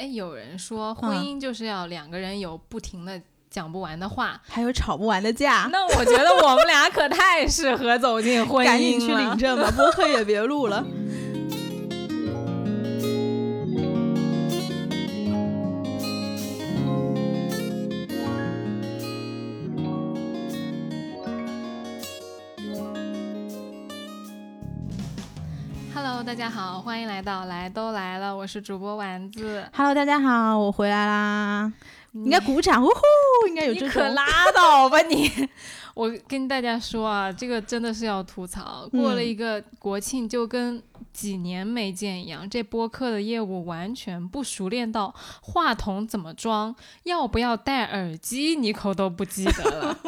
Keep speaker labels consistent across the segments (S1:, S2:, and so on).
S1: 哎，有人
S2: 嗯
S1: 说婚姻就是要两个人有不停的讲不完的话，
S2: 还有吵不完的架，
S1: 那我觉得我们俩可太适合走 进婚姻了。
S2: 赶紧去领证 吧，播客也别录了。
S1: Hello，大家好，欢迎来到来都来了，我是主播丸 子。
S2: Hello，大家好，我回来啦！
S1: 你
S2: 应该鼓掌，呜呼！应该有
S1: 你
S2: 这
S1: 可
S2: 种。
S1: 拉倒吧你！我跟大家说啊，这个真的是要吐槽。过
S2: 嗯
S1: 了一个国庆，就跟几年没见一样，这播客的业务完全不熟练到话筒怎么装，要不要戴耳机，你口都不记得了。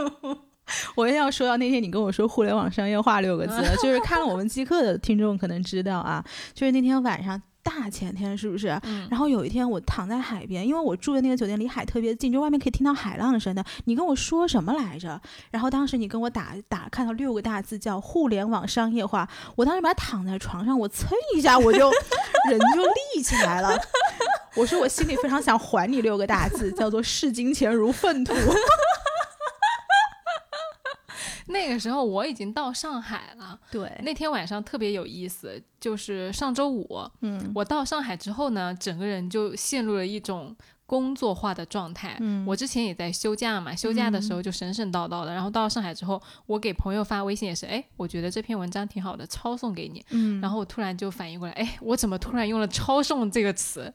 S2: 我又要说到那天你跟我说“互联网商业化”六个字
S1: 嗯
S2: 了，就是看了我们机课的听众可能知道啊，就是那天晚上。大前天是不是？
S1: 嗯
S2: 然后有一天我躺在海边，因为我住的那个酒店离海特别近，就外面可以听到海浪声的。你跟我说什么来着？然后当时你跟我打打看到六个大字叫“互联网商业化”，我当时把它躺在床上，我蹭一下我就人就立起来了。我说我心里非常想还你六个大字，叫做“视金钱如粪土”。
S1: 那个时候我已经到上海了，
S2: 对，
S1: 那天晚上特别有意思，就是上周五
S2: 嗯
S1: 我到上海之后呢，整个人就陷入了一种工作化的状态。
S2: 嗯
S1: 我之前也在休假嘛，休假的时候就神神叨叨的，然后到上海之后，我给朋友发微信也是，哎，我觉得这篇文章挺好的，抄送给你。
S2: 嗯
S1: 然后我突然就反应过来，哎，我怎么突然用了“抄送”这个词？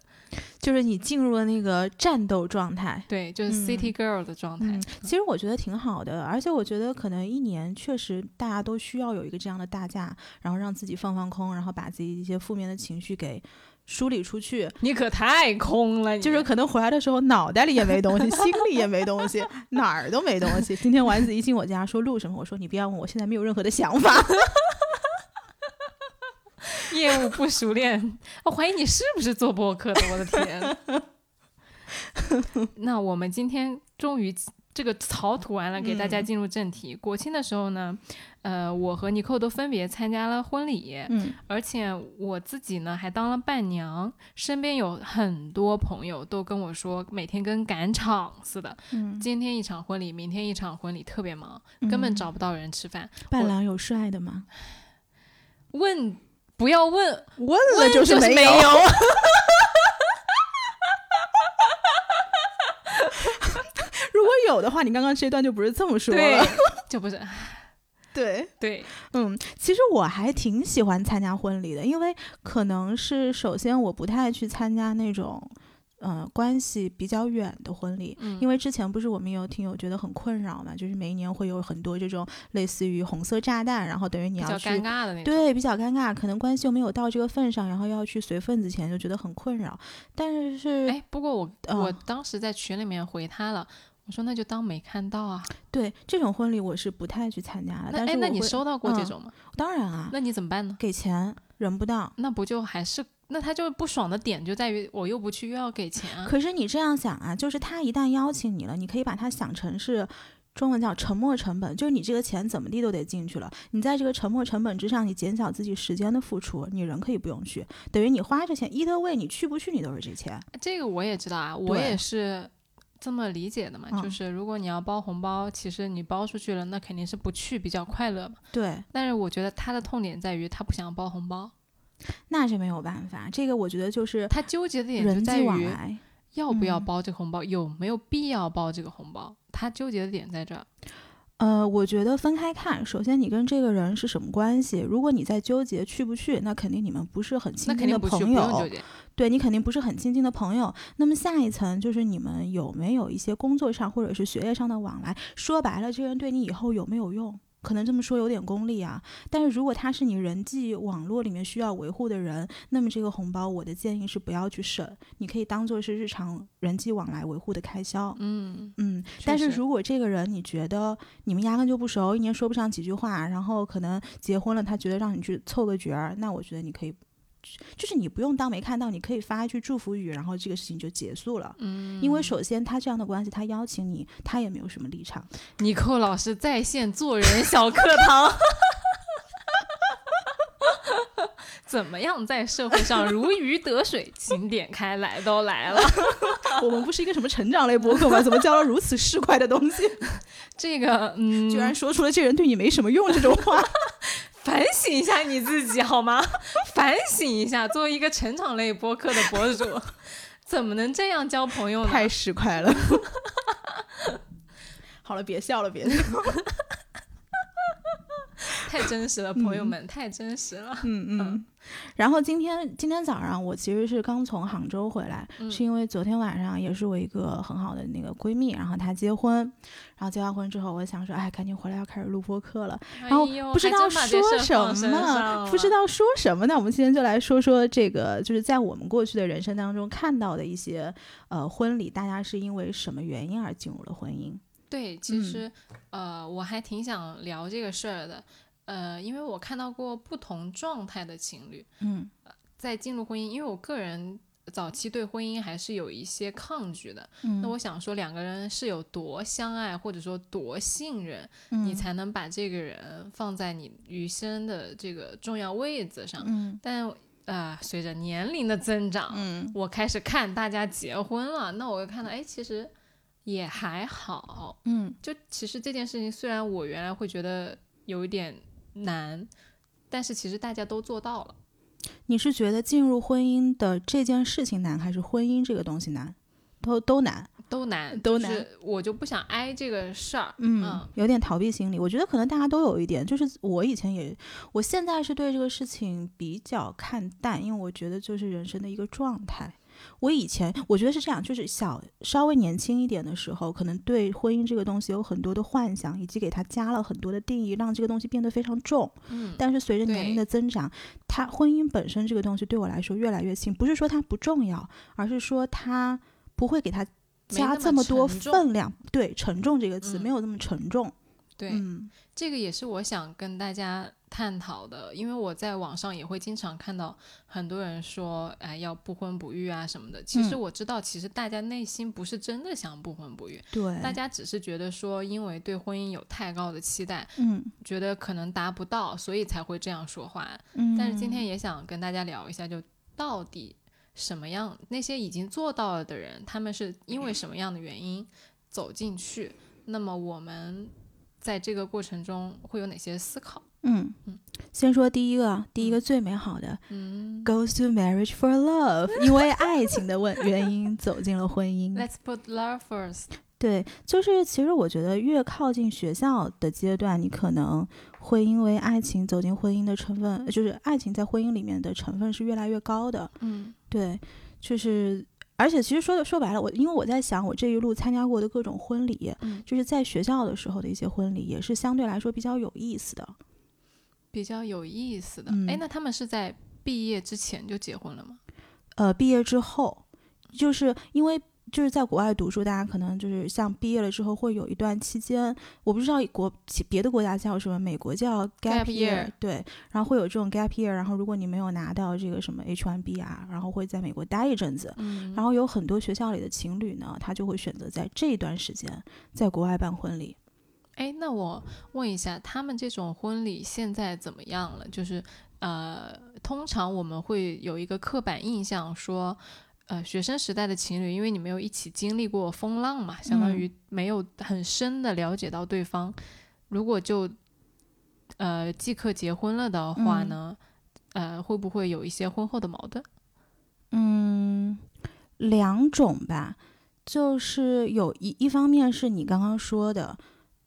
S2: 就是你进入了那个战斗状态。
S1: 对，就是 City Girl 的状态。
S2: 嗯，其实我觉得挺好的，而且我觉得可能一年确实大家都需要有一个这样的大假，然后让自己放放空，然后把自己一些负面的情绪给梳理出去。
S1: 你可太空了，你
S2: 就是可能回来的时候脑袋里也没东西，心里也没东西，哪儿都没东西。今天丸子一进我家说录什么，我说你不要问我，现在没有任何的想法。
S1: 业务不熟练， 我怀疑你是不是做播客的？我的天！那我们今天终于这个草吐完了，给
S2: 嗯
S1: 大家进入正题。国庆的时候呢，呃，我和尼寇都分别参加了婚礼，
S2: 嗯，
S1: 而且我自己呢还当了伴娘。身边有很多朋友都跟我说，每天跟赶场似的，
S2: 嗯
S1: 今天一场婚礼，明天一场婚礼，特别忙，根本找不到人吃饭。
S2: 伴郎有帅的吗？
S1: 问不要问
S2: 问了就
S1: 就是
S2: 没
S1: 没
S2: 有 如果有的话，你刚刚这段就不是这么说
S1: 对
S2: 了。，
S1: 就不是
S2: 对，
S1: 对。
S2: 嗯，其实我还挺喜欢参加婚礼的，因为可能是首先我不太去参加那种，呃，关系比较远的婚礼。
S1: 嗯
S2: 因为之前不是我们有听友觉得很困扰嘛，就是每一年会有很多这种类似于红色炸弹，然后等于你
S1: 比较
S2: 要
S1: 尴
S2: 去
S1: 尬的那种。
S2: 对，比较尴尬，可能关系又没有到这个份上，然后要去随份子钱，就觉得很困扰。但是，
S1: 哎，不过我、
S2: 嗯
S1: 我当时在群里面回他了，我说那就当没看到啊。
S2: 对这种婚礼我是不太去参加的。
S1: 那
S2: 啊但
S1: 哎
S2: 是，
S1: 那
S2: 我
S1: 你
S2: 会
S1: 收到过这
S2: 嗯
S1: 种吗？
S2: 当然啊，
S1: 那你怎么办呢？
S2: 给钱人不到。
S1: 那不就还是那他就不爽的点就在于我又不去又要给钱啊。
S2: 可是你这样想啊，就是他一旦邀请你了，你可以把它想成是。中文叫沉没成本，就是你这个钱怎么地都得进去了。你在这个沉没成本之上，你减小自己时间的付出，你人可以不用去，等于你花这钱，either way，你去不去你都是这钱。
S1: 这个我也知道啊，我
S2: 对
S1: 也是这么理解的嘛，就
S2: 嗯
S1: 是如果你要包红包，其实你包出去了，那肯定是不去比较快乐嘛。
S2: 对，
S1: 但是我觉得他的痛点在于他不想包红包，
S2: 那是没有办法。这个我觉得就是
S1: 他纠结的点就
S2: 人
S1: 在
S2: 际往
S1: 于
S2: 来。
S1: 要不要
S2: 嗯
S1: 包这个红包，有没有必要包这个红包，他纠结的点在这儿。
S2: 呃，我觉得分开看。首先，你跟这个人是什么关系？如果你在纠结去不去，那肯定你们不是很
S1: 那
S2: 亲
S1: 肯
S2: 近
S1: 定
S2: 的
S1: 不去，
S2: 朋
S1: 不用
S2: 友
S1: 纠。结。
S2: 对你肯定不是很亲近的朋友。那么下一层就是你们有没有一些工作上或者是学业上的往来？说白了，这个人对你以后有没有用？可能这么说有点功利啊，但是如果他是你人际网络里面需要维护的人，那么这个红包我的建议是不要去省，你可以当做是日常人际往来维护的开销。
S1: 嗯，
S2: 嗯，但是
S1: 确实
S2: 如果这个人你觉得你们压根就不熟，一年说不上几句话，然后可能结婚了，他觉得让你去凑个角儿，那我觉得你可以，就是你不用当没看到，你可以发一句祝福语，然后这个事情就结束了。
S1: 嗯，
S2: 因为首先他这样的关系，他邀请你，他也没有什么立场。
S1: 尼寇老师在线做人小课堂，怎么样在社会上如鱼得水？请点开，来都来了。
S2: 我们不是一个什么成长类博客吗？怎么教了如此市侩的东 西？
S1: 这个，嗯，
S2: 居然说出了这人对你没什么用这种 话。
S1: 反省一下你自己好 吗？反省一下，作为一个成长类播客的博主，怎么能这样交朋友呢？
S2: 太市侩 了。 好了，别笑了，别笑。
S1: 太真实了，朋友们，太真实了。
S2: 嗯嗯。然后今天今天早上我其实是刚从杭州回来，
S1: 嗯
S2: 是因为昨天晚上也是我一个很好的那个闺蜜，然后她结婚，然后结完婚之后，我想说，哎，赶紧回来要开始录播客了，
S1: 哎
S2: 然后
S1: 呦
S2: 不知道
S1: 还真把
S2: 说
S1: 这事
S2: 什
S1: 儿放身上
S2: 么，
S1: 了
S2: 不知道说什么呢。我们今天就来说说这个，就是在我们过去的人生当中看到的一些呃婚礼，大家是因为什么原因而进入了婚姻？
S1: 对，
S2: 嗯
S1: 其实、呃，我还挺想聊这个事儿的，呃，因为我看到过不同状态的情侣
S2: 嗯
S1: 在进入婚姻，因为我个人早期对婚姻还是有一些抗拒的。
S2: 嗯，
S1: 那我想说，两个人是有多相爱，或者说多信任，你
S2: 嗯
S1: 才能把这个人放在你余生的这个重要位置上。
S2: 嗯
S1: 但呃，随着年龄的增长，
S2: 嗯
S1: 我开始看大家结婚了，那我就看到，哎，其实也还好，
S2: 嗯
S1: 就其实这件事情，虽然我原来会觉得有一点难，但是其实大家都做到了。
S2: 你是觉得进入婚姻的这件事情难，还是婚姻这个东西难？都都难，
S1: 都难，
S2: 都
S1: 就
S2: 难
S1: 是我就不想挨这个事儿。
S2: 嗯，有点逃避心理。我觉得可能大家都有一点，就是我以前也，我现在是对这个事情比较看淡，因为我觉得就是人生的一个状态。我以前我觉得是这样，就是小稍微年轻一点的时候，可能对婚姻这个东西有很多的幻想，以及给它加了很多的定义，让这个东西变得非常重。
S1: 嗯，
S2: 但是随着年
S1: 对
S2: 龄的增长，它婚姻本身这个东西对我来说越来越轻，不是说它不重要，而是说它不会给它
S1: 没
S2: 加
S1: 那
S2: 这
S1: 么
S2: 么多
S1: 沉重
S2: 分量。对，沉重这个词、
S1: 嗯
S2: 没有那么沉重。
S1: 对，
S2: 嗯
S1: 这个也是我想跟大家探讨的，因为我在网上也会经常看到很多人说，哎，要不婚不育啊什么的。其实
S2: 嗯
S1: 我知道，其实大家内心不是真的想不婚不育，
S2: 对，
S1: 大家只是觉得说，因为对婚姻有太高的期待，
S2: 嗯
S1: 觉得可能达不到，所以才会这样说话。
S2: 嗯，
S1: 但是今天也想跟大家聊一下，就到底什么样那些已经做到了的人，他们是因为什么样的原因走进去？那么我们在这个过程中会有哪些思考？
S2: 嗯
S1: 嗯。
S2: 先说第一个啊，第一个
S1: 嗯
S2: 最美好的、
S1: 嗯
S2: goes to marriage for love，因为爱情的问原因走进了婚姻。
S1: ，Let's put love first。
S2: 对，就是其实我觉得越靠近学校的阶段，你可能会因为爱情走进婚姻的成分，就是爱情在婚姻里面的成分是越来越高的。
S1: 嗯
S2: 对，就是而且其实说说白了，我因为我在想，我这一路参加过的各种婚礼，
S1: 嗯，
S2: 就是在学校的时候的一些婚礼，也是相对来说比较有意思的。
S1: 比较有意思的。
S2: 嗯
S1: 哎、那他们是在毕业之前就结婚了吗？
S2: 呃，毕业之后，就是因为就是在国外读书，大家可能就是像毕业了之后会有一段期间，我不知道国其别的国家叫什么，美国叫
S1: Gap
S2: gap
S1: year
S2: 对，然后会有这种 gap year，然后如果你没有拿到这个什么 H1B 啊，然后会在美国待一阵子。
S1: 嗯
S2: 然后有很多学校里的情侣呢，他就会选择在这段时间在国外办婚礼。
S1: 哎，那我问一下，他们这种婚礼现在怎么样了？就是呃，通常我们会有一个刻板印象说。呃，学生时代的情侣，因为你没有一起经历过风浪嘛，相当
S2: 嗯
S1: 于没有很深的了解到对方。如果就呃即刻结婚了的话
S2: 嗯
S1: 呢，呃，会不会有一些婚后的矛盾？
S2: 嗯，两种吧，就是有一一方面是你刚刚说的，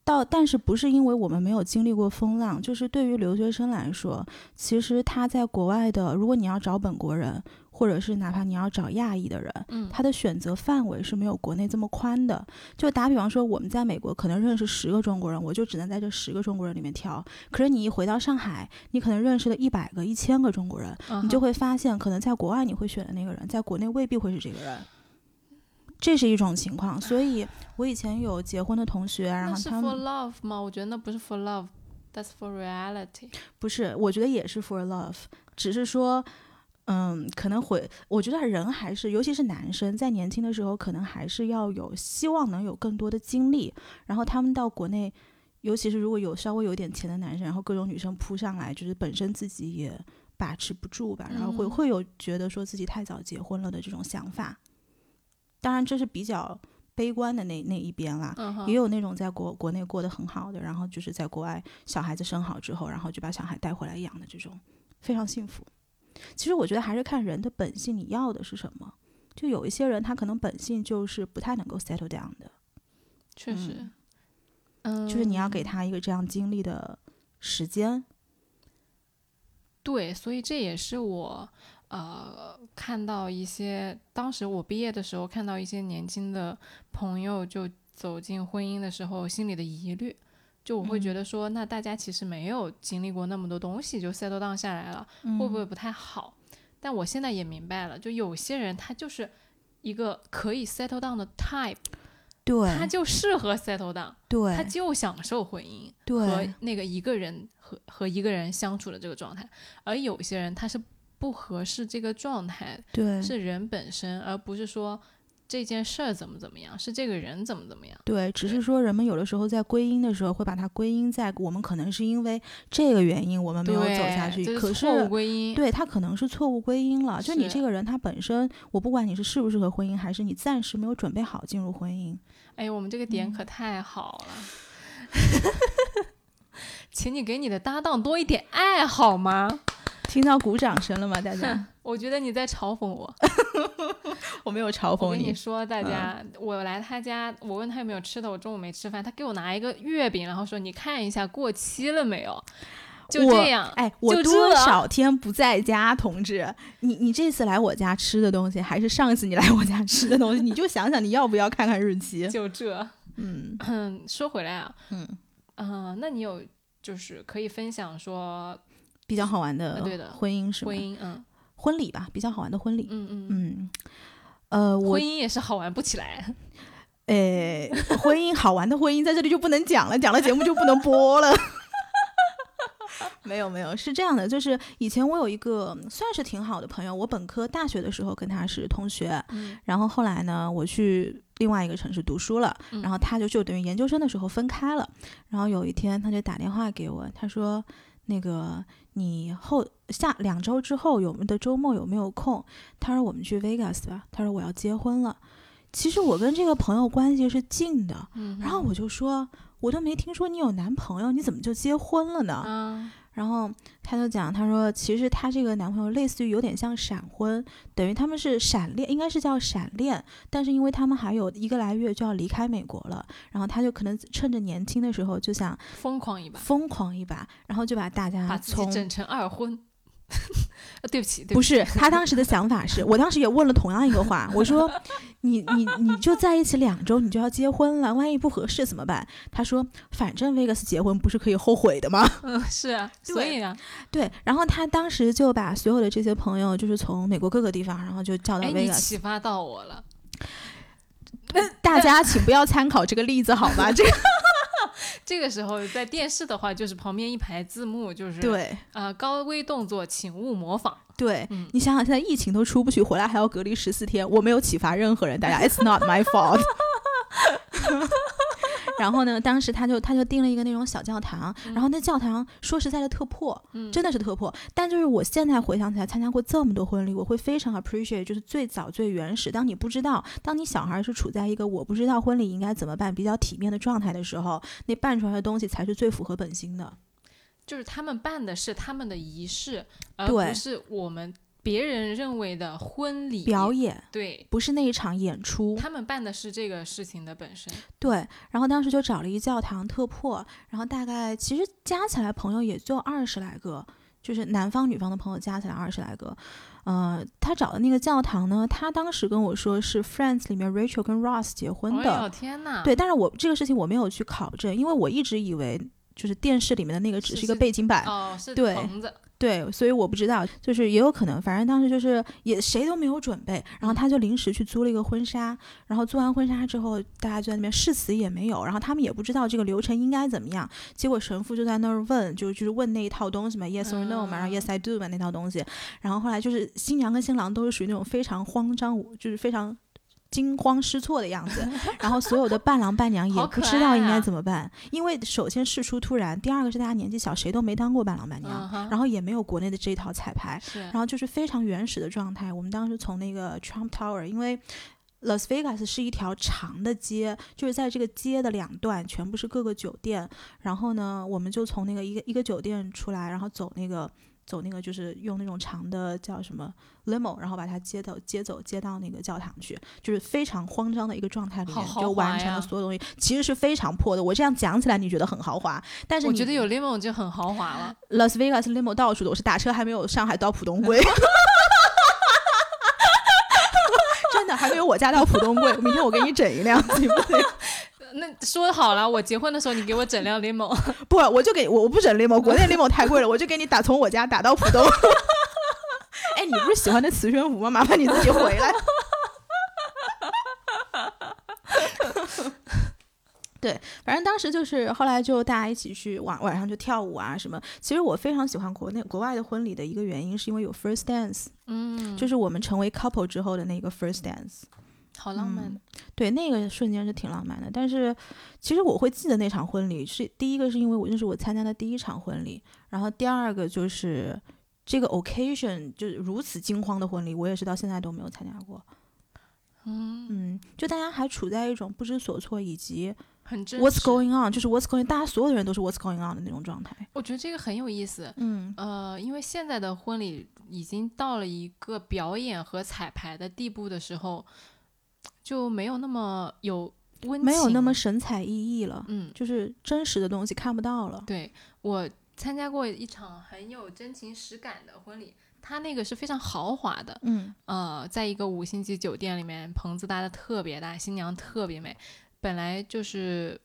S2: 到但是不是因为我们没有经历过风浪，就是对于留学生来说，其实他在国外的，如果你要找本国人，或者是哪怕你要找亚裔的人，
S1: 嗯，
S2: 他的选择范围是没有国内这么宽的。就打比方说，我们在美国可能认识十个中国人，我就只能在这十个中国人里面挑。可是你一回到上海，你可能认识了一百个、一千个中国人，
S1: 嗯
S2: 你就
S1: 哼
S2: 会发现，可能在国外你会选的那个人，在国内未必会是这个人。这是一种情况，所以我以前有结婚的同学，然
S1: 那
S2: 后
S1: 是 for
S2: 他们
S1: love 吗？我觉得那不是 for love，that's for reality。
S2: 不是，我觉得也是 for love，只是说，嗯，可能会，我觉得人还是，尤其是男生，在年轻的时候，可能还是要有希望能有更多的经历，然后他们到国内，尤其是如果有稍微有点钱的男生，然后各种女生扑上来，就是本身自己也把持不住吧，然后会
S1: 嗯
S2: 会有觉得说自己太早结婚了的这种想法。当然，这是比较悲观的那那一边啦。
S1: 嗯哼
S2: 也有那种在国国内过得很好的，然后就是在国外小孩子生好之后，然后就把小孩带回来养的这种，非常幸福。其实我觉得还是看人的本性，你要的是什么。就有一些人他可能本性就是不太能够 settle down 的，
S1: 确实，嗯，
S2: 就是你要给他一个这样经历的时间。
S1: 对，所以这也是我呃看到一些当时我毕业的时候看到一些年轻的朋友就走进婚姻的时候心里的疑虑，就我
S2: 嗯
S1: 会觉得说，那大家其实没有经历过那么多东西就 settle down 下来了，会
S2: 嗯
S1: 不会不太好？但我现在也明白了，就有些人他就是一个可以 settle down 的 type，
S2: 对
S1: 他就适合 settle down，他
S2: 对
S1: 就享受婚姻。和
S2: 对
S1: 那个一个人和和一个人相处的这个状态，而有些人他是不合适这个状态，
S2: 对
S1: 是人本身，而不是说这件事儿怎么怎么样，是这个人怎么怎么样。
S2: 对，只是
S1: 对
S2: 说人们有的时候在归因的时候会把它归因在我们可能是因为这个原因我们没有走下
S1: 对
S2: 去，
S1: 这
S2: 可
S1: 是
S2: 是
S1: 错误归因。
S2: 对他可能是错误归因了，就你
S1: 是
S2: 这个人，他本身，我不管你是适不适合婚姻，还是你暂时没有准备好进入婚姻，
S1: 哎呦，我们这个
S2: 嗯
S1: 点可太好了。 请你给你的搭档多一点爱好吗？
S2: 听到鼓掌声了吗？大家，
S1: 我觉得你在嘲讽我。
S2: 我没有嘲
S1: 我
S2: 讽
S1: 跟你
S2: 你，嗯
S1: 说，大家，我来他家，我问他有没有吃的，我中午没吃饭，他给我拿一个月饼，然后说你看一下过期了没有，就
S2: 我
S1: 这样。
S2: 哎，我
S1: 就
S2: 多
S1: 这
S2: 少天不在家，同志，你你这次来我家吃的东西，还是上次你来我家吃的东西，你就想想你要不要看看日 期，
S1: 就这，
S2: 嗯
S1: 嗯，说回来啊，
S2: 哎嗯，
S1: 嗯、那你有就是可以分享说
S2: 比较好玩啊的，
S1: 呃对的
S2: 婚姻是吗
S1: 婚姻，嗯
S2: 婚礼吧，比较好玩的婚礼，
S1: 嗯嗯，
S2: 嗯，呃，我
S1: 婚姻也是好玩不起 来，
S2: 诶，呃婚姻好玩的婚姻在这里就不能讲了，讲了节目就不能播了。 没有没有，是这样的，就是以前我有一个算是挺好的朋友，我本科大学的时候跟他是同学，
S1: 嗯
S2: 然后后来呢，我去另外一个城市读书了，
S1: 嗯
S2: 然后他就就等于研究生的时候分开了，然后有一天他就打电话给我，他说那个你后下两周之后有的周末有没有空？他说我们去 Vegas 吧，他说我要结婚了。其实我跟这个朋友关系是近的，
S1: 嗯，
S2: 然后我就说，我都没听说你有男朋友，你怎么就结婚了呢？
S1: 啊，
S2: 然后他就讲，他说其实他这个男朋友类似于有点像闪婚，等于他们是闪恋，应该是叫闪恋，但是因为他们还有一个来月就要离开美国了，然后他就可能趁着年轻的时候就想
S1: 疯狂一把，
S2: 疯狂一把，然后就把
S1: 把
S2: 大家
S1: 自己
S2: 嗯从。
S1: 整成二婚。 呃对不起，对
S2: 不
S1: 起，
S2: 是他当时的想法是，我当时也问了同样一个话，我说你你你就在一起两周，你就要结婚了，万一不合适怎么办？他说反正 Vegas 结婚不是可以后悔的吗？
S1: 嗯，是啊，所
S2: 对
S1: 以啊，
S2: 对，然后他当时就把所有的这些朋友，就是从美国各个地方，然后就叫到
S1: 哎，你
S2: Vegas。
S1: 启发到我了。
S2: 大家请不要参考这个例子，好吗？这个
S1: 这个时候在电视的话，就是旁边一排字幕，就是
S2: 对
S1: 啊，高危动作请勿模仿。
S2: 对，
S1: 嗯
S2: 你想想，现在疫情都出不去，回来还要隔离十四天，我没有启发任何人，大 家，It's not my fault。然后呢，当时他就他就订了一个那种小教堂，然后那教堂说实在的特破，
S1: 嗯
S2: 真的是特破。但就是我现在回想起来，参加过这么多婚礼，我会非常 appreciate，就是最早最原始，当你不知道，当你小孩是处在一个我不知道婚礼应该怎么办、比较体面的状态的时候，那办出来的东西才是最符合本心的。
S1: 就是他们办的是他们的仪式，而
S2: 对
S1: 不是我们别人认为的婚礼
S2: 表。演
S1: 对，
S2: 不是那一场演出，
S1: 他们办的是这个事情的本身。
S2: 对，然后当时就找了一教堂特破，然后大概其实加起来朋友也就二十来个，就是男方女方的朋友加起来二十来个。呃，他找的那个教堂呢，他当时跟我说是 Friends 里面 Rachel 跟 Ross 结婚的，
S1: 哎呦天哪！
S2: 对，但是我这个事情我没有去考证，因为我一直以为就是电视里面的那个只
S1: 是
S2: 是一个
S1: 是
S2: 背景板，
S1: 哦，是
S2: 对
S1: 棚子。
S2: 对，所以我不知道，就是也有可能，反正当时就是也谁都没有准备，然后他就临时去租了一个婚纱，然后租完婚纱之后，大家就在那边誓词也没有，然后他们也不知道这个流程应该怎么样，结果神父就在那儿问，就就是问那一套东西嘛，yes or no 嘛，然后
S1: 嗯
S2: yes I do 嘛那套东西，然后后来就是新娘跟新郎都是属于那种非常慌张，就是非常。惊慌失措的样 子，然后所有的伴郎伴娘也
S1: 好可
S2: 不知道应
S1: 爱
S2: 该
S1: 啊
S2: 怎么办，因为首先事出突然，第二个是大家年纪小，谁都没当过伴郎伴娘，
S1: 嗯哼
S2: 然后也没有国内的这一套彩排，
S1: 是，
S2: 然后就是非常原始的状态。我们当时从那个 Trump Tower，因为 Las Vegas 是一条长的街，就是在这个街的两段全部是各个酒店。然后呢，我们就从那个一个一个酒店出来，然后走那个走那个就是用那种长的叫什么 limo，然后把它接到接走接到那个教堂去，就是非常慌张的一个状态里
S1: 好
S2: 面
S1: 豪
S2: 就
S1: 华
S2: 完成
S1: 呀
S2: 了所有东西，其实是非常破的。我这样讲起来你觉得很豪华，但是
S1: 我
S2: 你
S1: 觉得有 limo 就很豪华 了。
S2: Las Vegas limo 到处都是，打车还没有上海到浦东贵。真的还没有我家到浦东贵，明天我给你整一辆，行不行？
S1: 那说好了，我结婚的时候你给我整辆 limo，
S2: 不，我就给我我不整 limo，国内 limo 太贵了，我就给你打从我家打到浦东。哎，你不是喜欢那磁悬浮吗？麻烦你自己回来。对，反正当时就是后来就大家一起去晚晚上就跳舞啊什么。其实我非常喜欢国内国外的婚礼的一个原因，是因为有 first dance，
S1: 嗯，
S2: 就是我们成为 couple 之后的那个 first dance。
S1: 好浪漫的。
S2: 嗯对，那个瞬间是挺浪漫的。但是其实我会记得那场婚礼，是第一个是因为我就是我参加的第一场婚礼，然后第二个就是这个 occasion 就是如此惊慌的婚礼，我也是到现在都没有参加过。
S1: 嗯，
S2: 嗯，就大家还处在一种不知所措以及
S1: 很真
S2: what's
S1: 实
S2: going on，就是 what's going，大家所有的人都是 what's going on 的那种状态。
S1: 我觉得这个很有意思。
S2: 嗯，
S1: 呃，因为现在的婚礼已经到了一个表演和彩排的地步的时候，就没有那么有温情，
S2: 没有那么神采奕奕了，
S1: 哦嗯，
S2: 就是真实的东西看不到了。
S1: 对我参加过一场很有真情实感的婚礼，他那个是非常豪华的，
S2: 嗯
S1: 呃，在一个五星级酒店里面，棚子搭的特别大，新娘特别美。本来就是，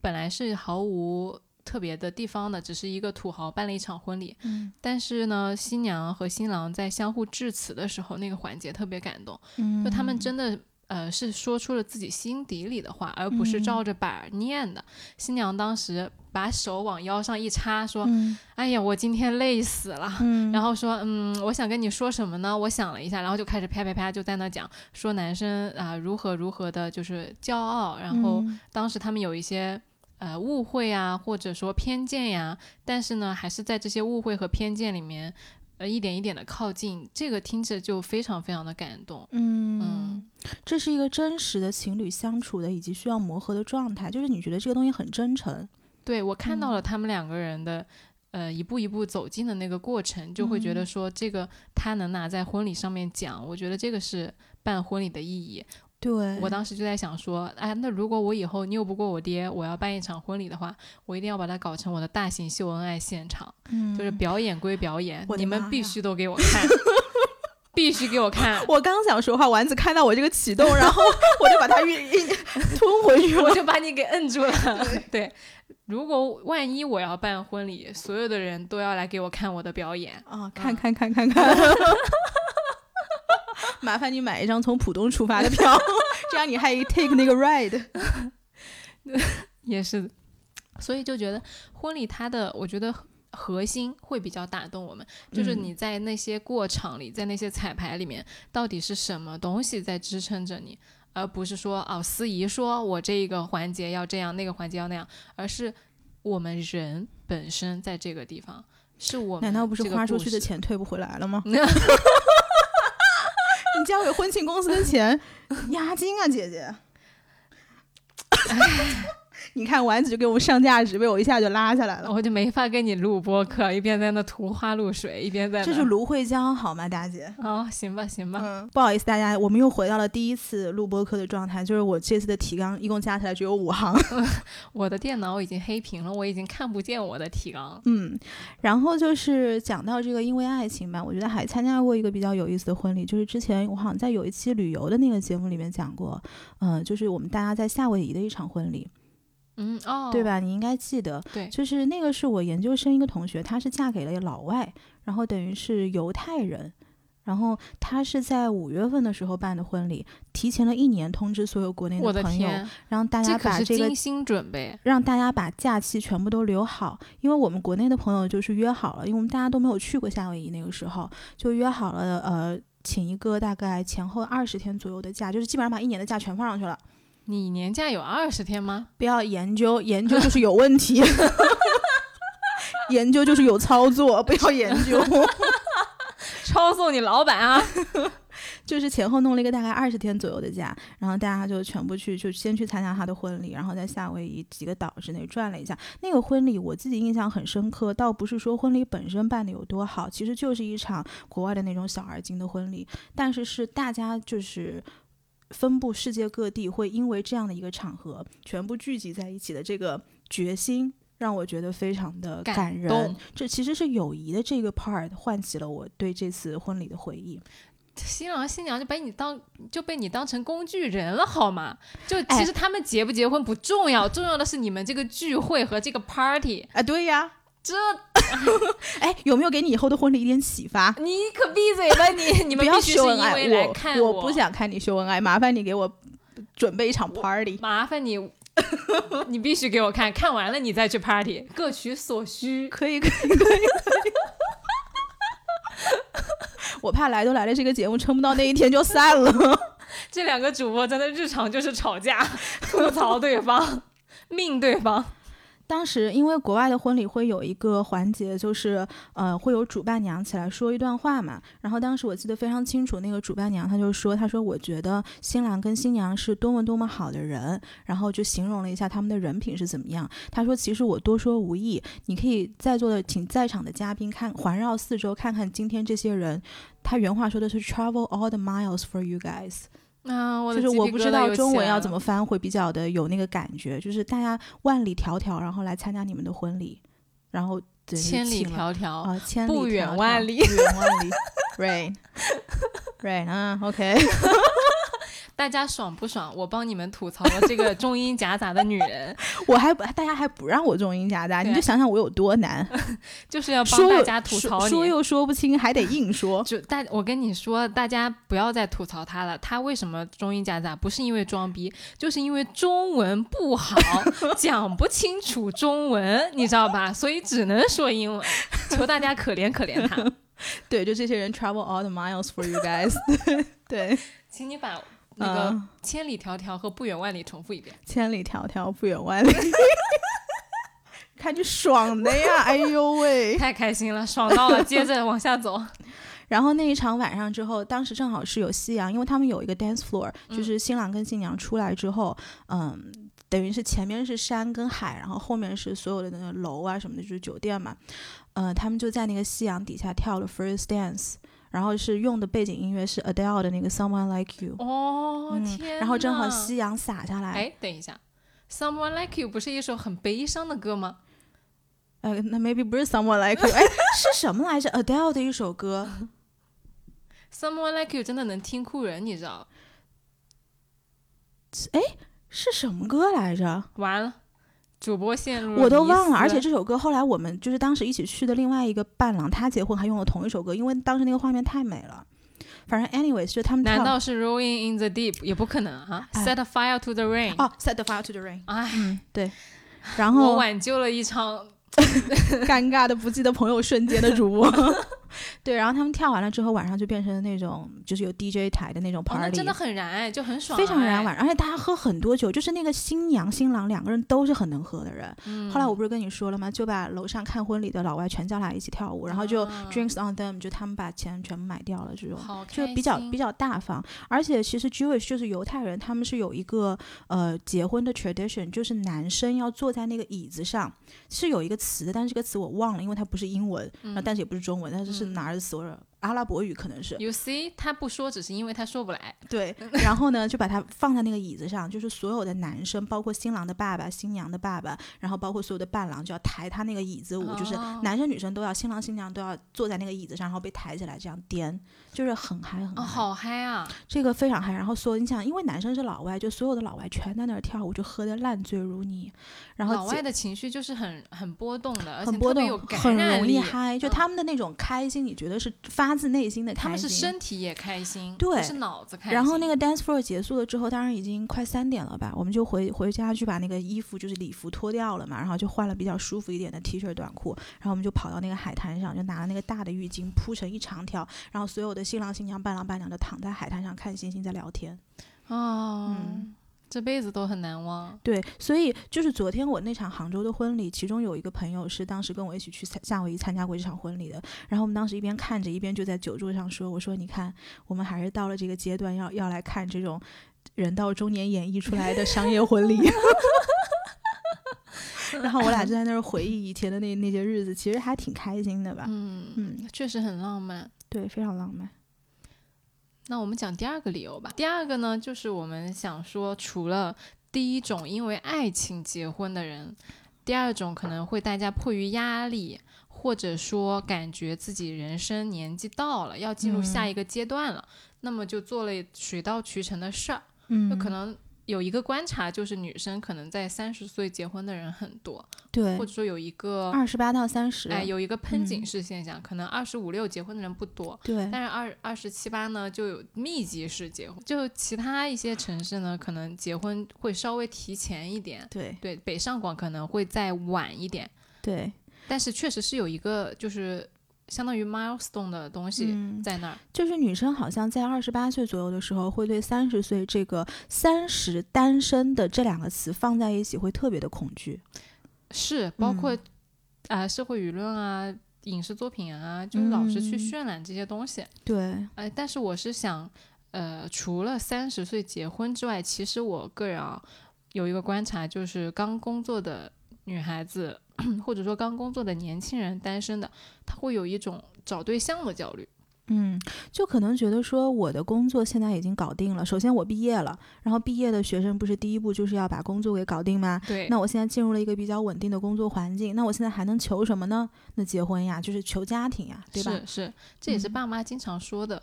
S1: 本来是毫无特别的地方的，只是一个土豪办了一场婚礼。
S2: 嗯
S1: 但是呢，新娘和新郎在相互致辞的时候，那个环节特别感动，
S2: 嗯，
S1: 就他们真的。呃，是说出了自己心底里的话，而不是
S2: 嗯
S1: 照着板儿念的。新娘当时把手往腰上一插，说：“
S2: 嗯
S1: 哎呀，我今天累死了。”
S2: 嗯，
S1: 然后说，嗯，我想跟你说什么呢？我想了一下，然后就开始啪啪啪就在那讲，说男生啊、如何如何的，就是骄傲。然后
S2: 嗯
S1: 当时他们有一些呃误会啊，或者说偏见呀、但是呢，还是在这些误会和偏见里面，呃，一点一点的靠近。这个听着就非常非常的感动。
S2: 嗯
S1: 嗯，
S2: 这是一个真实的情侣相处的以及需要磨合的状态，就是你觉得这个东西很真诚。
S1: 对我看
S2: 嗯
S1: 到了他们两个人的。呃，一步一步走近的那个过程，就会觉得
S2: 嗯
S1: 说这个他能拿在婚礼上面讲，我觉得这个是办婚礼的意义。
S2: 对
S1: 我当时就在想说，哎，那如果我以后拗不过我爹，我要办一场婚礼的话，我一定要把它搞成我的大型秀恩爱现场，
S2: 嗯
S1: 就是表演归表演，
S2: 我的
S1: 你们
S2: 妈
S1: 必
S2: 呀
S1: 须都给我看， 必须给我看，
S2: 我刚想说话，丸子看到我这个启动，然后我就把它运运吞回去
S1: 我
S2: 了。
S1: 就把你给摁住了。 对，如果万一我要办婚礼，所有的人都要来给我看我的表演，
S2: 啊， 看看看看看， 麻烦你买一张从浦东出发的票， 这样你还 take 那个 ride。
S1: 也是，所以就觉得婚礼它的，我觉得核心会比较打动我们，就是
S2: 嗯
S1: 你在那些过场里，在那些彩排里面，到底是什么东西在支撑着你，而不是说哦，司仪说我这个环节要这样，那个环节要那样，而是我们人本身在这个地方，是我们
S2: 难道不是
S1: 这个
S2: 花
S1: 故
S2: 出去
S1: 事？
S2: 的钱退不回来了吗？你交给婚庆公司的钱，押金啊，姐 姐。你看丸子就给我们上价值，被我一下就拉下来了。
S1: 我就没法跟你录播客，一边在那涂花露水，一边在
S2: 这
S1: 那
S2: 是芦荟胶好吗，大姐？
S1: 哦，行吧，行吧，
S2: 嗯，不好意思，大家，我们又回到了第一次录播课的状态，就是我这次的提纲一共加起来只有五行，
S1: 我的电脑已经黑屏了，我已经看不见我的提纲了。
S2: 嗯，然后就是讲到这个因为爱情吧，我觉得还参加过一个比较有意思的婚礼，就是之前我好像在有一期旅游的那个节目里面讲过，嗯，就是我们大家在夏威夷的一场婚礼，
S1: 嗯哦，
S2: 对？吧？你应该记得，
S1: 对
S2: 就是那个是我研究生一个同学，她是嫁给了老外，然后等于是犹太人，然后她是在五月份的时候办的婚礼，提前了一年通知所有国内
S1: 我的
S2: 朋友，
S1: 天，
S2: 让大家
S1: 可
S2: 把
S1: 是
S2: 这个
S1: 精心准备。
S2: 让大家把假期全部都留好，因为我们国内的朋友就是约好了，因为我们大家都没有去过夏威夷，那个时候就约好了，呃，请一个大概前后二十天左右的假，就是基本上把一年的假全放上去了。
S1: 你年假有二十天吗？
S2: 不要研究，研究就是有问题， 研究就是有操作，不要研究。
S1: 抄送你老板啊！
S2: 就是前后弄了一个大概二十天左右的假，然后大家就全部去，就先去参加他的婚礼，然后在夏威夷几个岛之内转了一下。那个婚礼我自己印象很深刻，倒不是说婚礼本身办的有多好，其实就是一场国外的那种小而精的婚礼，但是是大家就是。分布世界各地，会因为这样的一个场合全部聚集在一起的这个决心，让我觉得非常的
S1: 感
S2: 感人。
S1: 动
S2: 这其实是友谊的这个 part 唤起了我对这次婚礼的回忆。
S1: 新郎新娘就把你当就被你当成工具人了，好吗？就
S2: 哎
S1: 其实他们结不结婚不重要，重要的是你们这个聚会和这个 party。
S2: 啊，对呀，
S1: 这
S2: 哎，有没有给你以后的婚礼一点启发？
S1: 你可闭嘴吧 你！你
S2: 你
S1: 们
S2: 不要
S1: 必须是
S2: 秀恩
S1: 因
S2: 爱
S1: 为来看
S2: 我不想看你秀恩爱，麻烦你给我准备一场 party。
S1: 麻烦你， 你必须给我看看完了你再去 party，各取所需。
S2: 可以，可以，可以，可以。 我怕来都来了，这个节目撑不到那一天就散了。
S1: 这两个主播真的日常就是吵 架，吐槽对 方，命对方。
S2: 当时因为国外的婚礼会有一个环节，就是呃会有主办娘起来说一段话嘛。然后当时我记得非常清楚，那个主办娘她就说：“她说我觉得新郎跟新娘是多么多么好的人，然后就形容了一下他们的人品是怎么样。”她说：“其实我多说无益，你可以在座的请在场的嘉宾看环绕四周看看今天这些人。”她原话说的是 “travel all the miles for you guys”。
S1: 啊，我的
S2: 就是
S1: 鸡皮
S2: 我不知
S1: 疙瘩
S2: 道
S1: 又
S2: 中
S1: 起
S2: 文
S1: 来
S2: 要
S1: 了
S2: 怎么翻会比较的有那个感觉，就是大家万里迢迢然后来参加你们的婚礼，然后对
S1: 千里
S2: 请了
S1: 迢迢。
S2: 啊、千里
S1: 不远
S2: 迢迢
S1: 万里
S2: 不远万 里，rain rain 啊，OK，
S1: 大家爽不爽？我帮你们吐槽了这个中英夹杂的女人，
S2: 我还不大家还不让我中英夹杂，啊你
S1: 对
S2: 就想想我有多难，
S1: 就是要 帮
S2: 说
S1: 大
S2: 又
S1: 家吐
S2: 说
S1: 槽
S2: 说
S1: 你。
S2: 又说不清，还得硬说
S1: 。就大，我跟你说，大家不要再吐槽她了。她为什么中英夹杂？不是因为装逼，就是因为中文不 好，讲不清楚中文，你知道吧？所以只能说英文。求大家可怜可怜 她，
S2: 对，就这些人 travel all the miles for you guys，对，
S1: 请你把那个
S2: 嗯
S1: 千里迢迢和不远万里重复一遍。
S2: 千里迢迢不 远万里。 看你爽的呀！哎呦喂，
S1: 太开心了，爽到了。接着往下走，
S2: 然后那一场晚上之后，当时正好是有夕阳，因为他们有一个 dance floor，
S1: 嗯
S2: 就是新郎跟新娘出来之后，嗯。等于是前面是山跟海，然后后面是所有的那个楼啊什么的，就是酒店嘛。呃，他们就在那个夕阳底下跳了 first dance，然后是用的背景音乐是 Adele 的那个 Someone Like You，、
S1: 哦
S2: 嗯
S1: 天！
S2: 然后正好
S1: 呐
S2: 夕阳洒下来，
S1: 哎，等一下，Someone Like You 不是一首很悲伤的歌吗？
S2: 呃，那 maybe 不是 Someone Like You，哎，是什么来着？Adele 的一首歌，
S1: Someone Like You 真的能听哭人，你知道？
S2: 是什么歌来着？
S1: 完了，主播陷入
S2: 我
S1: 嗯
S2: 都
S1: 迷
S2: 忘了，
S1: 思
S2: 而且这首歌后来我们就是当时一起去的另外一个伴郎，他结婚还用了同一首歌，因为当时那个画面太美了。反正 anyways，就他们
S1: 难
S2: 跳
S1: 道是 Rolling in the Deep 也不可能啊
S2: 哎
S1: ？Set a fire to the rain，
S2: 哦，set the fire to the rain，嗯
S1: 哎，
S2: 对，然
S1: 我
S2: 后
S1: 挽救了一场，哦
S2: 尴尬的不记得朋友瞬间的主播，对，然后他们跳完了之后，晚上就变成那种就是有 DJ 台的那种
S1: 哦，那
S2: party，、
S1: 真的很燃哎，就很爽，
S2: 非常燃。晚，而且大家喝很多酒，就是那个新娘新郎两个人都是很能喝的人。
S1: 嗯
S2: 后来我不是跟你说了吗？就把楼上看婚礼的老外全叫来一起跳舞，然后就
S1: 啊
S2: drinks on them，就他们把钱全部买掉了这种。
S1: 好
S2: 就比较比
S1: 较
S2: 较大方，而且其实 Jewish 就是犹太人，他们是有一个呃结婚的 tradition，就是男生要坐在那个椅子上，是有一个词的，但是这个词我忘了，因为它不是英文，然后但是也不是中文，但是是
S1: 嗯
S2: 哪儿的词？我说阿拉伯语可能是
S1: You see，他不说，只是因为他说不来。
S2: 对。 然后呢，就把它放在那个椅子上，就是所有的男生，包括新郎的爸爸、新娘的爸爸，然后包括所有的伴郎，就要抬他那个椅子舞，就是
S1: 哦
S2: 男生女生都要，新郎新娘都要坐在那个椅子上，然后被抬起来这样颠，就是很嗨很嗨。
S1: 哦，好嗨啊！
S2: 这个非常嗨。然后所有你想，因为男生是老外，就所有的老外全在那儿跳舞，就喝得烂醉如泥。然后
S1: 老
S2: 姐
S1: 外的情绪就是很很波动的，而且
S2: 很波
S1: 特别
S2: 动
S1: 有，感
S2: 很
S1: 染
S2: 容
S1: 力
S2: 易嗨，就
S1: 嗯
S2: 他们的那种开心，你觉得是发发自内心的开心。
S1: 他们是身体也开心，
S2: 对
S1: 不是脑子开心。
S2: 然后那个 dance floor 结束了之后，当然已经快三点了吧，我们就回回家去把那个衣服就是礼服脱掉了嘛，然后就换了比较舒服一点的 T 恤短裤，然后我们就跑到那个海滩上，就拿了那个大的浴巾铺成一长条，然后所有的新郎新娘、伴郎伴娘就躺在海滩上看星星在聊天。
S1: 哦，
S2: 嗯啊
S1: 这辈子都很难忘。
S2: 对，所以就是昨天我那场杭州的婚礼，其中有一个朋友是当时跟我一起去参夏威夷参加过这场婚礼的。然后我们当时一边看着，一边就在酒桌上说：“我说你看，我们还是到了这个阶段要，要来看这种人到中年演绎出来的商业 婚礼。”然后我俩就在那儿回忆以前的那那些日子，其实还挺开心的吧？
S1: 嗯，
S2: 嗯，
S1: 确实很浪漫。
S2: 对，非常浪漫。
S1: 那我们讲第二个理由吧。第二个呢，就是我们想说，除了第一种因为爱情结婚的人，第二种可能会大家迫于压力，或者说感觉自己人生年纪到了，要进入
S2: 嗯
S1: 下一个阶段了，那么就做了水到渠成的事儿。
S2: 嗯，
S1: 就可能有一个观察，就是女生可能在三十岁结婚的人很多，
S2: 对
S1: 或，者说有一个。
S2: 二十八到三十，
S1: 哎，有一个喷
S2: 嗯
S1: 井式现象，可能二十五六结婚的人不多，
S2: 对，
S1: 但是二二十七八呢，就有密集式结婚，就其他一些城市呢，可能结婚会稍微提前一点，
S2: 对
S1: 对，北上广可能会再晚一点，
S2: 对，
S1: 但是确实是有一个就是相当于 milestone 的东西
S2: 嗯，
S1: 在那儿，
S2: 就是女生好像在二十八岁左右的时候，会对三十岁这个“三十单身”的这两个词放在一起会特别的恐惧。
S1: 是包括
S2: 嗯
S1: 啊、社会舆论啊、影视作品啊，就是老是去
S2: 嗯
S1: 渲染这些东西，
S2: 对，
S1: 哎，但是我是想，呃，除了三十岁结婚之外，其实我个人啊有一个观察，就是刚工作的女孩子， 或者说刚工作的年轻人，单身的，她会有一种找对象的焦虑。
S2: 嗯，就可能觉得说我的工作现在已经搞定了，首先我毕业了，然后毕业的学生不是第一步就是要把工作给搞定吗？
S1: 对
S2: 那我现在进入了一个比较稳定的工作环境，那我现在还能求什么呢？那结婚呀，就是求家庭呀，对吧？
S1: 是是，这也是
S2: 嗯
S1: 爸妈经常说的。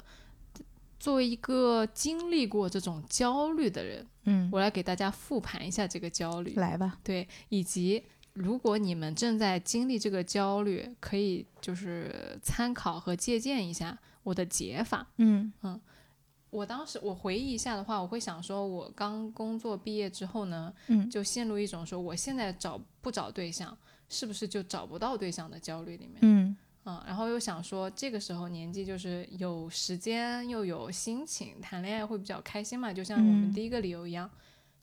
S1: 作为一个经历过这种焦虑的人，
S2: 嗯，
S1: 我来给大家复盘一下这个焦虑。
S2: 来吧，
S1: 对，以及如果你们正在经历这个焦虑，可以就是参考和借鉴一下我的解法。
S2: 嗯
S1: 我当时我回忆一下的话，我会想说，我刚工作毕业之后呢，
S2: 嗯
S1: 就陷入一种说我现在找不找对象，是不是就找不到对象的焦虑里面。
S2: 嗯
S1: 嗯，然后又想说，这个时候年纪就是有时间又有心情，谈恋爱会比较开心嘛，就像我们
S2: 嗯
S1: 第一个理由一样，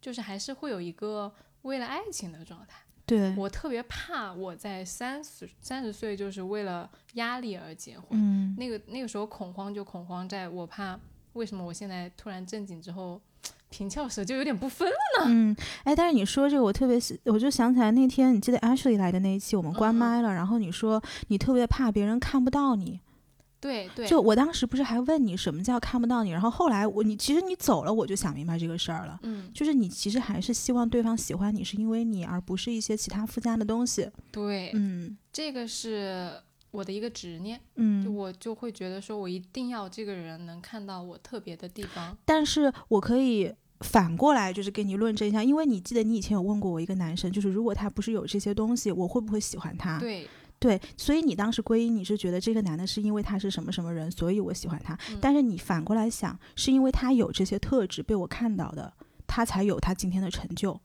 S1: 就是还是会有一个为了爱情的状态。
S2: 对，
S1: 我特别怕我在三十三十岁就是为了压力而结婚，
S2: 嗯
S1: 那个那个时候恐慌就恐慌在我怕为什么我现在突然正经之后，平翘舌就有点不分了。
S2: 嗯，哎，但是你说这个，我特别喜，我就想起来那天你记得 Ashley 来的那一期，我们关
S1: 嗯嗯
S2: 麦了，然后你说你特别怕别人看不到你，
S1: 对对，
S2: 就我当时不是还问你什么叫看不到你，然后后来我你其实你走了，我就想明白这个事儿了。
S1: 嗯
S2: 就是你其实还是希望对方喜欢你，是因为你，而不是一些其他附加的东西。
S1: 对，
S2: 嗯
S1: 这个是我的一个执念，就
S2: 嗯。
S1: 我就会觉得说我一定要这个人能看到我特别的地方。
S2: 但是我可以反过来，就是给你论证一下，因为你记得你以前有问过我一个男生，就是如果他不是有这些东西，我会不会喜欢他？
S1: 对，
S2: 对，所以你当时归因你是觉得这个男的是因为他是什么什么人，所以我喜欢他。
S1: 嗯
S2: 但是你反过来想，是因为他有这些特质被我看到的，他才有他今天的成就。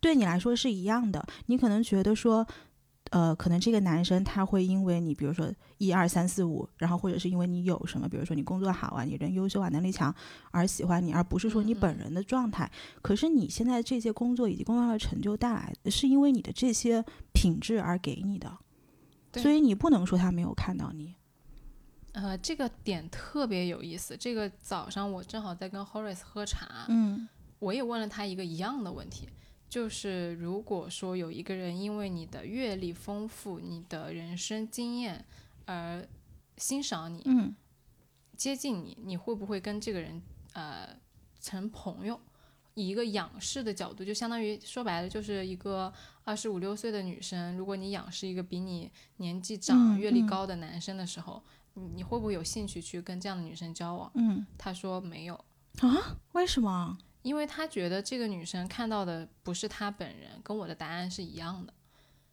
S2: 对你来说是一样的，你可能觉得说，呃，可能这个男生他会因为你，比如说一二三四五，然后或者是因为你有什么，比如说你工作好啊，你人优秀啊，能力强而喜欢你，而不是说你
S1: 嗯嗯
S2: 本人的状态。可是你现在这些工作以及工作上的成就带来，是因为你的这些品质而给你的。
S1: 对
S2: 所以你不能说他没有看到你。
S1: 呃，这个点特别有意思。这个早上我正好在跟 Horace 喝茶，
S2: 嗯
S1: 我也问了他一个一样的问题，就是如果说有一个人因为你的阅历丰富、你的人生经验而欣赏你、
S2: 嗯
S1: 接近你，你会不会跟这个人呃成朋友？以一个仰视的角度，就相当于说白了，就是一个二十五六岁的女生，如果你仰视一个比你年纪长、
S2: 嗯
S1: 阅历
S2: 嗯
S1: 高的男生的时候，你你会不会有兴趣去跟这样的女生交往？
S2: 嗯，
S1: 他说没有，
S2: 为什么？
S1: 因为他觉得这个女生看到的不是她本人，跟我的答案是一样的，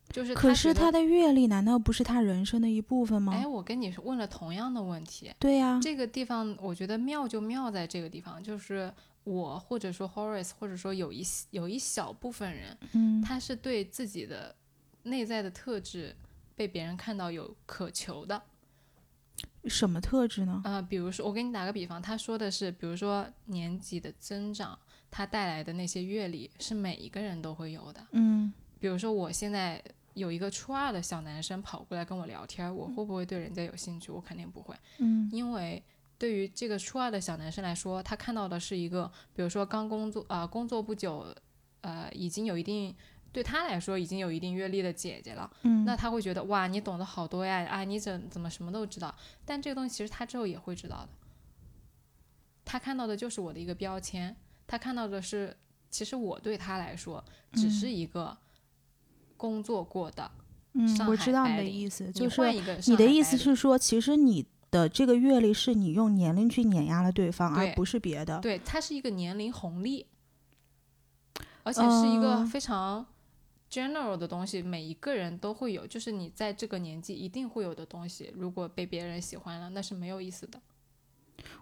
S1: 就是
S2: 可是
S1: 他
S2: 他的阅历难道不是他人生的一部分吗啊
S1: 哎，？我跟你问了同样的问题，
S2: 对呀、
S1: 这个地方我觉得妙就妙在这个地方，就是我或者说 Horace，或者说有一些有一小部分人，
S2: 嗯，
S1: 他是对自己的内在的特质被别人看到有渴求的。
S2: 什么特质呢？
S1: 啊、比如说，我给你打个比方，他说的是，比如说年纪的增长，它带来的那些阅历是每一个人都会有的。
S2: 嗯
S1: 比如说，我现在有一个初二的小男生跑过来跟我聊天，我会不会对人家有兴趣？我肯定不会，
S2: 嗯
S1: 因为对于这个初二的小男生来说，他看到的是一个，比如说刚工作啊、呃工作不久，呃，已经有一定。对他来说已经有一定阅历的姐姐了，
S2: 嗯，
S1: 那他会觉得哇，你懂得好多呀，啊，你怎怎么什么都知道？但这个东西其实他之后也会知道的。他看到的就是我的一个标签，他看到的是，其实我对他来说只是一个工作过的，
S2: 嗯，
S1: 上
S2: 我
S1: 海
S2: 知道
S1: 白
S2: 你的
S1: 领
S2: 意思，
S1: 你
S2: 就是
S1: 换一个上
S2: 你的
S1: 海
S2: 意
S1: 白
S2: 思
S1: 领
S2: 是说，其实你的这个阅历是你用年龄去碾压了对方，而
S1: 对
S2: 不是别的。
S1: 对，它是一个年龄红利，而且是一个
S2: 嗯
S1: 非常 general 的东西，每一个人都会有，就是你在这个年纪一定会有的东西。如果被别人喜欢了，那是没有意思的。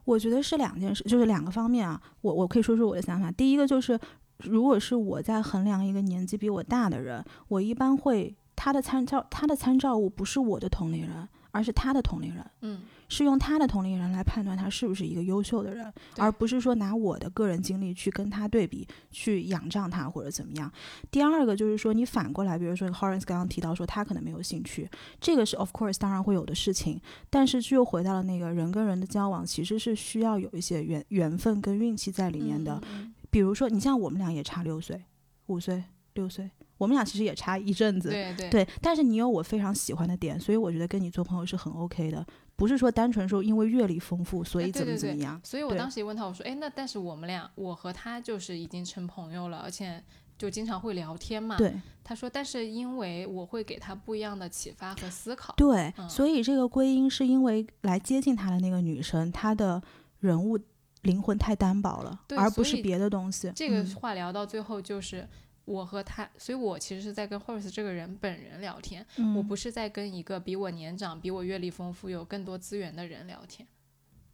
S2: 我觉得是两件事，就是两个方面啊。我我可以说说我的想法。第一个就是，如果是我在衡量一个年纪比我大的人，我一般会他的参照他的参照物不是我的同龄人，而是他的同龄人。
S1: 嗯，
S2: 是用他的同龄人来判断他是不是一个优秀的人，
S1: 对
S2: 而不是说拿我的个人经历去跟他对比，去仰仗他或者怎么样。第二个就是说，你反过来，比如说 Horace 刚刚提到说他可能没有兴趣，这个是 of course 当然会有的事情，但是就又回到了那个人跟人的交往，其实是需要有一些缘缘分跟运气在里面的。
S1: 嗯，嗯
S2: 比如说，你像我们俩也差六岁、五岁、六岁，我们俩其实也差一阵子，
S1: 嗯对对，
S2: 对，但是你有我非常喜欢的点，所以我觉得跟你做朋友是很 OK 的，不是说单纯说因为阅历丰富所
S1: 哎
S2: 以
S1: 对
S2: 怎么
S1: 对
S2: 怎么
S1: 对
S2: 样。
S1: 所以我
S2: 对
S1: 当时也问他，我说：“哎，那但是我们俩，我和他就是已经成朋友了，而且就经常会聊天嘛。”
S2: 对
S1: 他说：“但是因为我会给他不一样的启发和思考。
S2: 对
S1: 嗯
S2: 所以这个归因是因为来接近他的那个女生，她的人物灵魂太单薄了，
S1: 对
S2: 而
S1: 所
S2: 不是
S1: 以
S2: 别的东西。
S1: 这个
S2: 嗯
S1: 话聊到最后就是我和他，所以我其实是在跟 Horace 这个人本人聊天，我
S2: 嗯
S1: 不是在跟一个比我年长、比我阅历丰富、有更多资源的人聊天。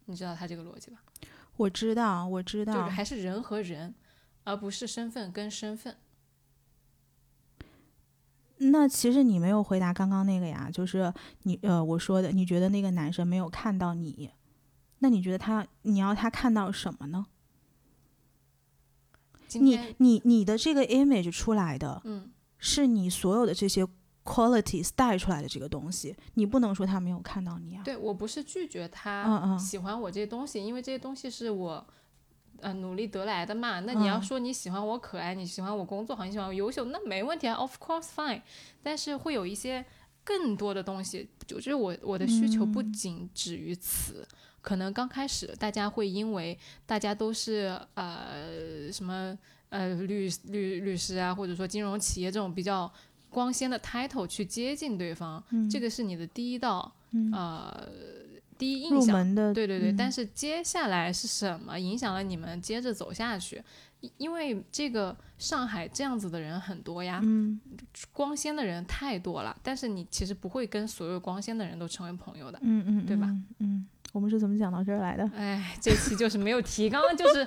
S1: 你知道他这个逻辑吧？
S2: 我知道，我知
S1: 就是
S2: 道，
S1: 还是人和人，而不是身份跟身份。
S2: 那其实你没有回答刚刚那个呀，就是你呃我说的，你觉得那个男生没有看到你，那你觉得他你要他看到什么呢？
S1: 今
S2: 你
S1: 天，
S2: 你你的这个 image 出来的
S1: 嗯，
S2: 是你所有的这些 qualities 带出来的这个东西，你不能说他没有看到你啊。
S1: 对啊我不是拒绝
S2: 嗯
S1: 他
S2: 嗯
S1: 喜欢我这些东西，因为这些东西是我。呃，努力得来的嘛，那你要
S2: 嗯
S1: 说你喜欢我可爱，你喜欢我工作好，你喜欢我优秀，那没问题啊，of course fine。但是会有一些更多的东西，就就是我我的需求
S2: 嗯
S1: 不仅止于此。可能刚开始大家会因为大家都是呃什么呃律律律师啊，或者说金融企业这种比较光鲜的 title 去接近对方，
S2: 嗯
S1: 这个是你的第一道、
S2: 嗯
S1: 呃第一印
S2: 入
S1: 象。
S2: 门的，
S1: 对对对，
S2: 嗯
S1: 但是接下来是什么影响了你们接着走下去？因因为这个上海这样子的人很多呀，
S2: 嗯
S1: 光鲜的人太多了，但是你其实不会跟所有光鲜的人都成为朋友的。
S2: 嗯嗯，
S1: 对吧
S2: 嗯？嗯，我们是怎么讲到这儿来的？
S1: 哎，这期就是没有提，刚刚就是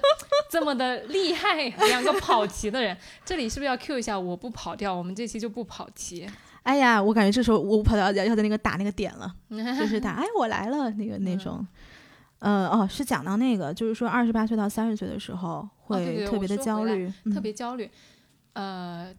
S1: 这么的厉害，两个跑题的人，这里是不是要 Q 一下？我不跑掉，我们这期就不跑题。
S2: 哎呀，我感觉这时候我跑到要要在那个打那个点 了，就是打哎我来了那个
S1: 嗯
S2: 那种。呃哦，是讲到那个，就是说二十八岁到三十岁的时候
S1: 哦对对
S2: 会
S1: 对
S2: 特别的
S1: 我说回
S2: 焦
S1: 来
S2: 虑，
S1: 特
S2: 嗯
S1: 别焦虑。呃，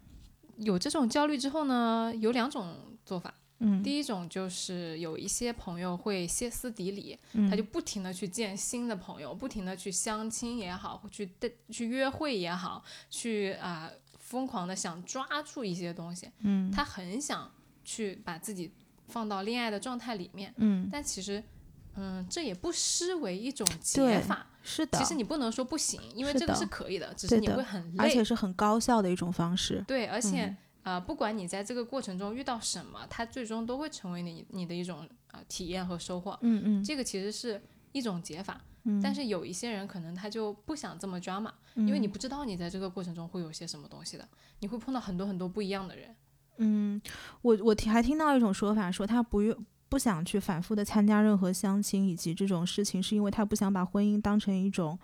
S1: 有这种焦虑之后呢，有两种做法。
S2: 嗯，
S1: 第一种就是有一些朋友会歇斯底里，
S2: 嗯
S1: 他就不停的去见新的朋友，不停的去相亲也好，去的去约会也好，去啊、疯狂的想抓住一些东西，
S2: 嗯
S1: 他很想去把自己放到恋爱的状态里面，
S2: 嗯
S1: 但其实，嗯，这也不失为一种
S2: 对
S1: 解法。
S2: 是的，
S1: 其实你不能说不行，因为
S2: 是
S1: 这个
S2: 的
S1: 是可以的，只
S2: 对
S1: 是你
S2: 的
S1: 会很
S2: 而
S1: 累
S2: 且，是很高效的一种方式，
S1: 对，而且、
S2: 嗯
S1: 呃，不管你在这个过程中遇到什么，它最终都会成为你你的一种啊、呃体验和收获。
S2: 嗯嗯
S1: 这个其实是一种解法，
S2: 嗯，
S1: 但是有一些人可能他就不想这么抓
S2: 嗯
S1: 嘛，因为你不知道你在这个过程中会有些什么东西的，你会碰到很多很多不一样的人。
S2: 嗯，我我听还听到一种说法，说他不愿不想去反复的参加任何相亲以及这种事情，是因为他不想把婚姻当成一种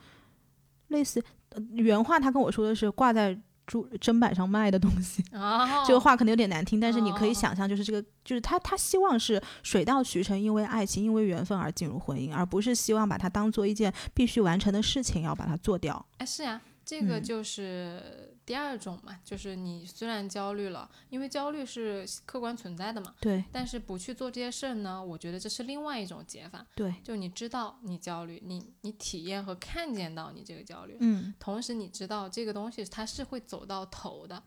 S2: 类似、呃原话，他跟我说的是挂在珠砧板上卖的东西。
S1: 啊，
S2: 这个话可能有点难听，但是你可以
S1: 哦
S2: 想象，就是这个，就是他他希望是水到渠成，因为爱情，因为缘分而进入婚姻，而不是希望把它当做一件必须完成的事情要把它做掉。
S1: 哎，是呀、这个
S2: 嗯
S1: 就是第二种嘛，就是你虽然焦虑了，因为焦虑是客观存在的嘛，
S2: 对
S1: 但是不去做这些事儿呢，我觉得这是另外一种解法。
S2: 对，
S1: 就你知道你焦虑，你你体验和看见到你这个焦虑，
S2: 嗯，
S1: 同时你知道这个东西它是会走到头的，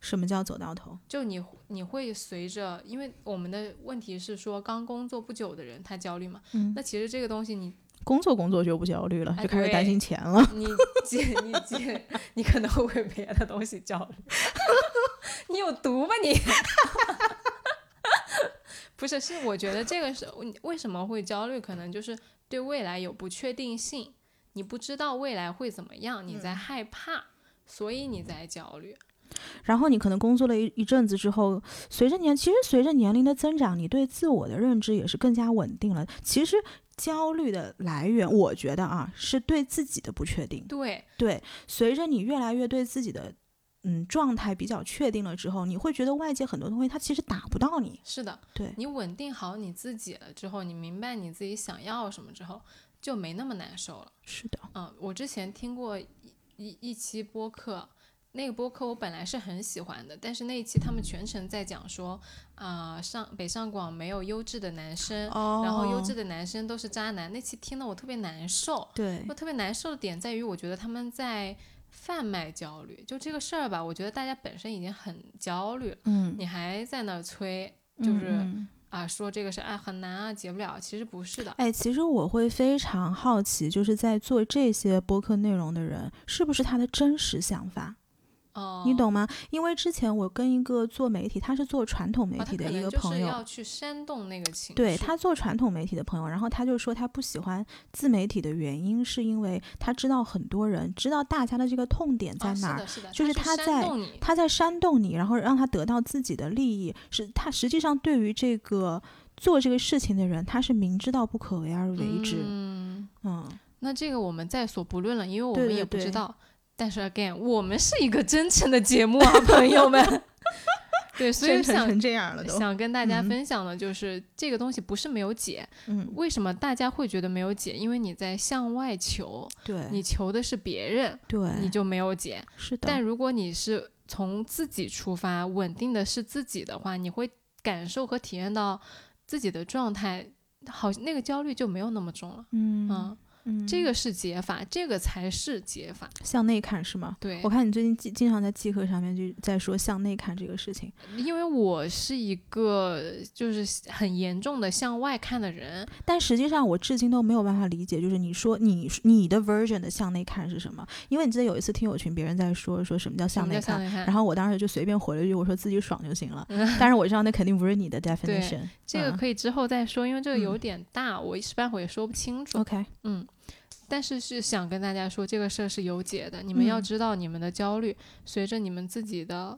S2: 什么叫走到头？
S1: 就你你会随着，因为我们的问题是说刚工作不久的人他焦虑嘛，
S2: 嗯
S1: 那其实这个东西你
S2: 工作工作就不焦虑了，
S1: 哎
S2: 就开始担
S1: 对
S2: 心钱了。
S1: 你姐，你姐，你可能会为别的 东西焦虑。你有毒吧你？ 不是，是我觉得这个是你为什么会焦虑，可能就是对未来有不确定性，你不知道未来会怎么样，你在害怕，所以你在焦虑。
S2: 然后你可能工作了一一阵子之后，随着年，其实随着年龄的增长，你对自我的认知也是更加稳定了。其实焦虑的来源，我觉得啊，是对自己的不确定。
S1: 对，
S2: 对，随着你越来越对自己的嗯状态比较确定了之后，你会觉得外界很多东西它其实打不到你。
S1: 是的，
S2: 对
S1: 你稳定好你自己了之后，你明白你自己想要什么之后，就没那么难受了。
S2: 是的，
S1: 嗯，我之前听过一一一期播客，那个播客我本来是很喜欢的，但是那一期他们全程在讲说，啊、上北上广没有优质的男生，
S2: 哦
S1: 嗯然后优质的男生都是渣男。那期听得我特别难受，
S2: 对
S1: 我特别难受的点在于，我觉得他们在贩卖焦虑，就这个事儿吧，我觉得大家本身已经很焦虑了，
S2: 嗯，
S1: 你还在那儿催，就是
S2: 嗯
S1: 啊、说这个是啊很难啊解不了，其实不是的，
S2: 哎，其实我会非常好奇，就是在做这些播客内容的人，是不是他的真实想法？
S1: 哦、
S2: 你懂吗？因为之前我跟一个做媒体，他是做传统媒
S1: 啊，他
S2: 体的
S1: 可
S2: 一
S1: 能
S2: 个
S1: 就
S2: 朋
S1: 是
S2: 友，
S1: 要去煽动那个情绪。
S2: 对他做传统媒体的朋友，然后他就说他不喜欢自媒体的原因，是因为他知道很多人知道大家的这个痛点在
S1: 啊
S2: 哪儿，
S1: 是的，是的，
S2: 就是
S1: 去
S2: 他
S1: 煽
S2: 在
S1: 动你
S2: 他在煽动你，然后让他得到自己的利益，是他实际上对于这个做这个事情的人，他是明知道不可为而为之，
S1: 嗯，
S2: 嗯
S1: 那这个我们在所不论了，因为我
S2: 对
S1: 们
S2: 对
S1: 也不知
S2: 对
S1: 道。但是 again，我们是一个真诚的节目啊，朋友们。 对，所以
S2: 真诚
S1: 想
S2: 这样了
S1: 想跟大家
S2: 嗯
S1: 分享的就是、这个东西不是没有解，
S2: 嗯，
S1: 为什么大家会觉得没有解？因为你在向外求，
S2: 对
S1: 你求的是别人，你
S2: 对，
S1: 就没有解。
S2: 是的，
S1: 但如果你是从自己出发，稳定的是自己的话，你会感受和体验到自己的状态，好，那个焦虑就没有那么重了。
S2: 嗯
S1: 嗯，
S2: 嗯，
S1: 这个是解法，这个才是解法。
S2: 向内看是吗？
S1: 对
S2: 我，看你最近经经常在即刻上面就在说向内看这个事情，
S1: 因为我是一个就是很严重的向外看的人，
S2: 但实际上我至今都没有办法理解，就是你说你你的 version 的向内看是什么？因为你记得有一次听友群别人在说说什么叫
S1: 什
S2: 向
S1: 么
S2: 内
S1: 叫向
S2: 看，
S1: 内看？
S2: 然后我当时就随便回了一句，我说自己爽 就行了。但是我知道那肯定不是你的 definition。
S1: 这个
S2: 嗯
S1: 可以之后再说，因为这个有
S2: 嗯
S1: 点大，我一时半会儿也说不清楚。
S2: OK，
S1: 嗯，但是是想跟大家说，这个事儿是有解的。你们要
S2: 嗯
S1: 知道，你们的焦虑、随着你们自己的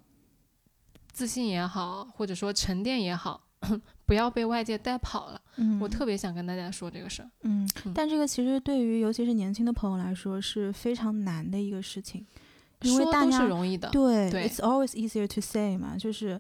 S1: 自信也好，或者说沉淀也好， 不要被外界带跑了。
S2: 嗯，
S1: 我特别想跟大家说这个事儿。
S2: 嗯
S1: 嗯，
S2: 但这个其实对于尤其是年轻的朋友来说是非常难的一个事情，因为
S1: 说
S2: 大
S1: 都是
S2: 家
S1: 容易的，
S2: 对
S1: 对
S2: it's always easier to say 嘛，就是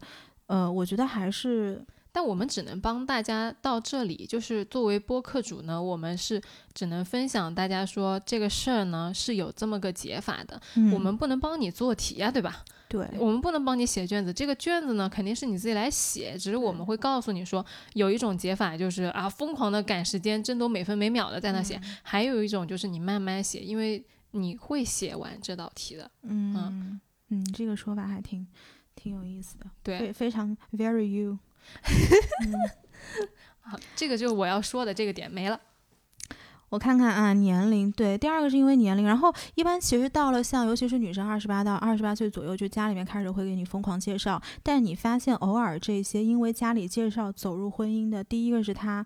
S2: 呃，我觉得还是
S1: 但我们只能帮大家到这里。就是作为播客主呢，我们是只能分享大家说这个事儿呢是有这么个解法的。我
S2: 嗯
S1: 们不能帮你做题呀、对吧？
S2: 对
S1: 我们不能帮你写卷子，这个卷子呢肯定是你自己来写，只是我们会告诉你说，有一种解法就是啊疯狂的赶时间，争夺每分每秒的在那写，
S2: 嗯
S1: 还有一种就是你慢慢写，因为你会写完这道题的。
S2: 嗯嗯，这个说法还挺挺有意思的，
S1: 对，
S2: 非非常 very you。
S1: 好，这个就是我要说的这个点没了。
S2: 我看看啊，年龄对，第二个是因为年龄，然后一般其实到了像尤其是女生二十八到二十八岁左右，就家里面开始会给你疯狂介绍，但你发现偶尔这些因为家里介绍走入婚姻的，第一个是他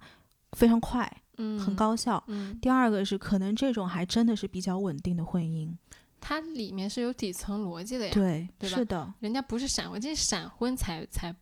S2: 非常快，
S1: 嗯，
S2: 很，高效。
S1: 嗯，
S2: 第二个是，可能这种还真的是比较稳定的婚姻，
S1: 它里面是有底层逻辑的呀。
S2: 对，
S1: 对吧
S2: 是的，
S1: 人家不是闪婚，这是闪婚才才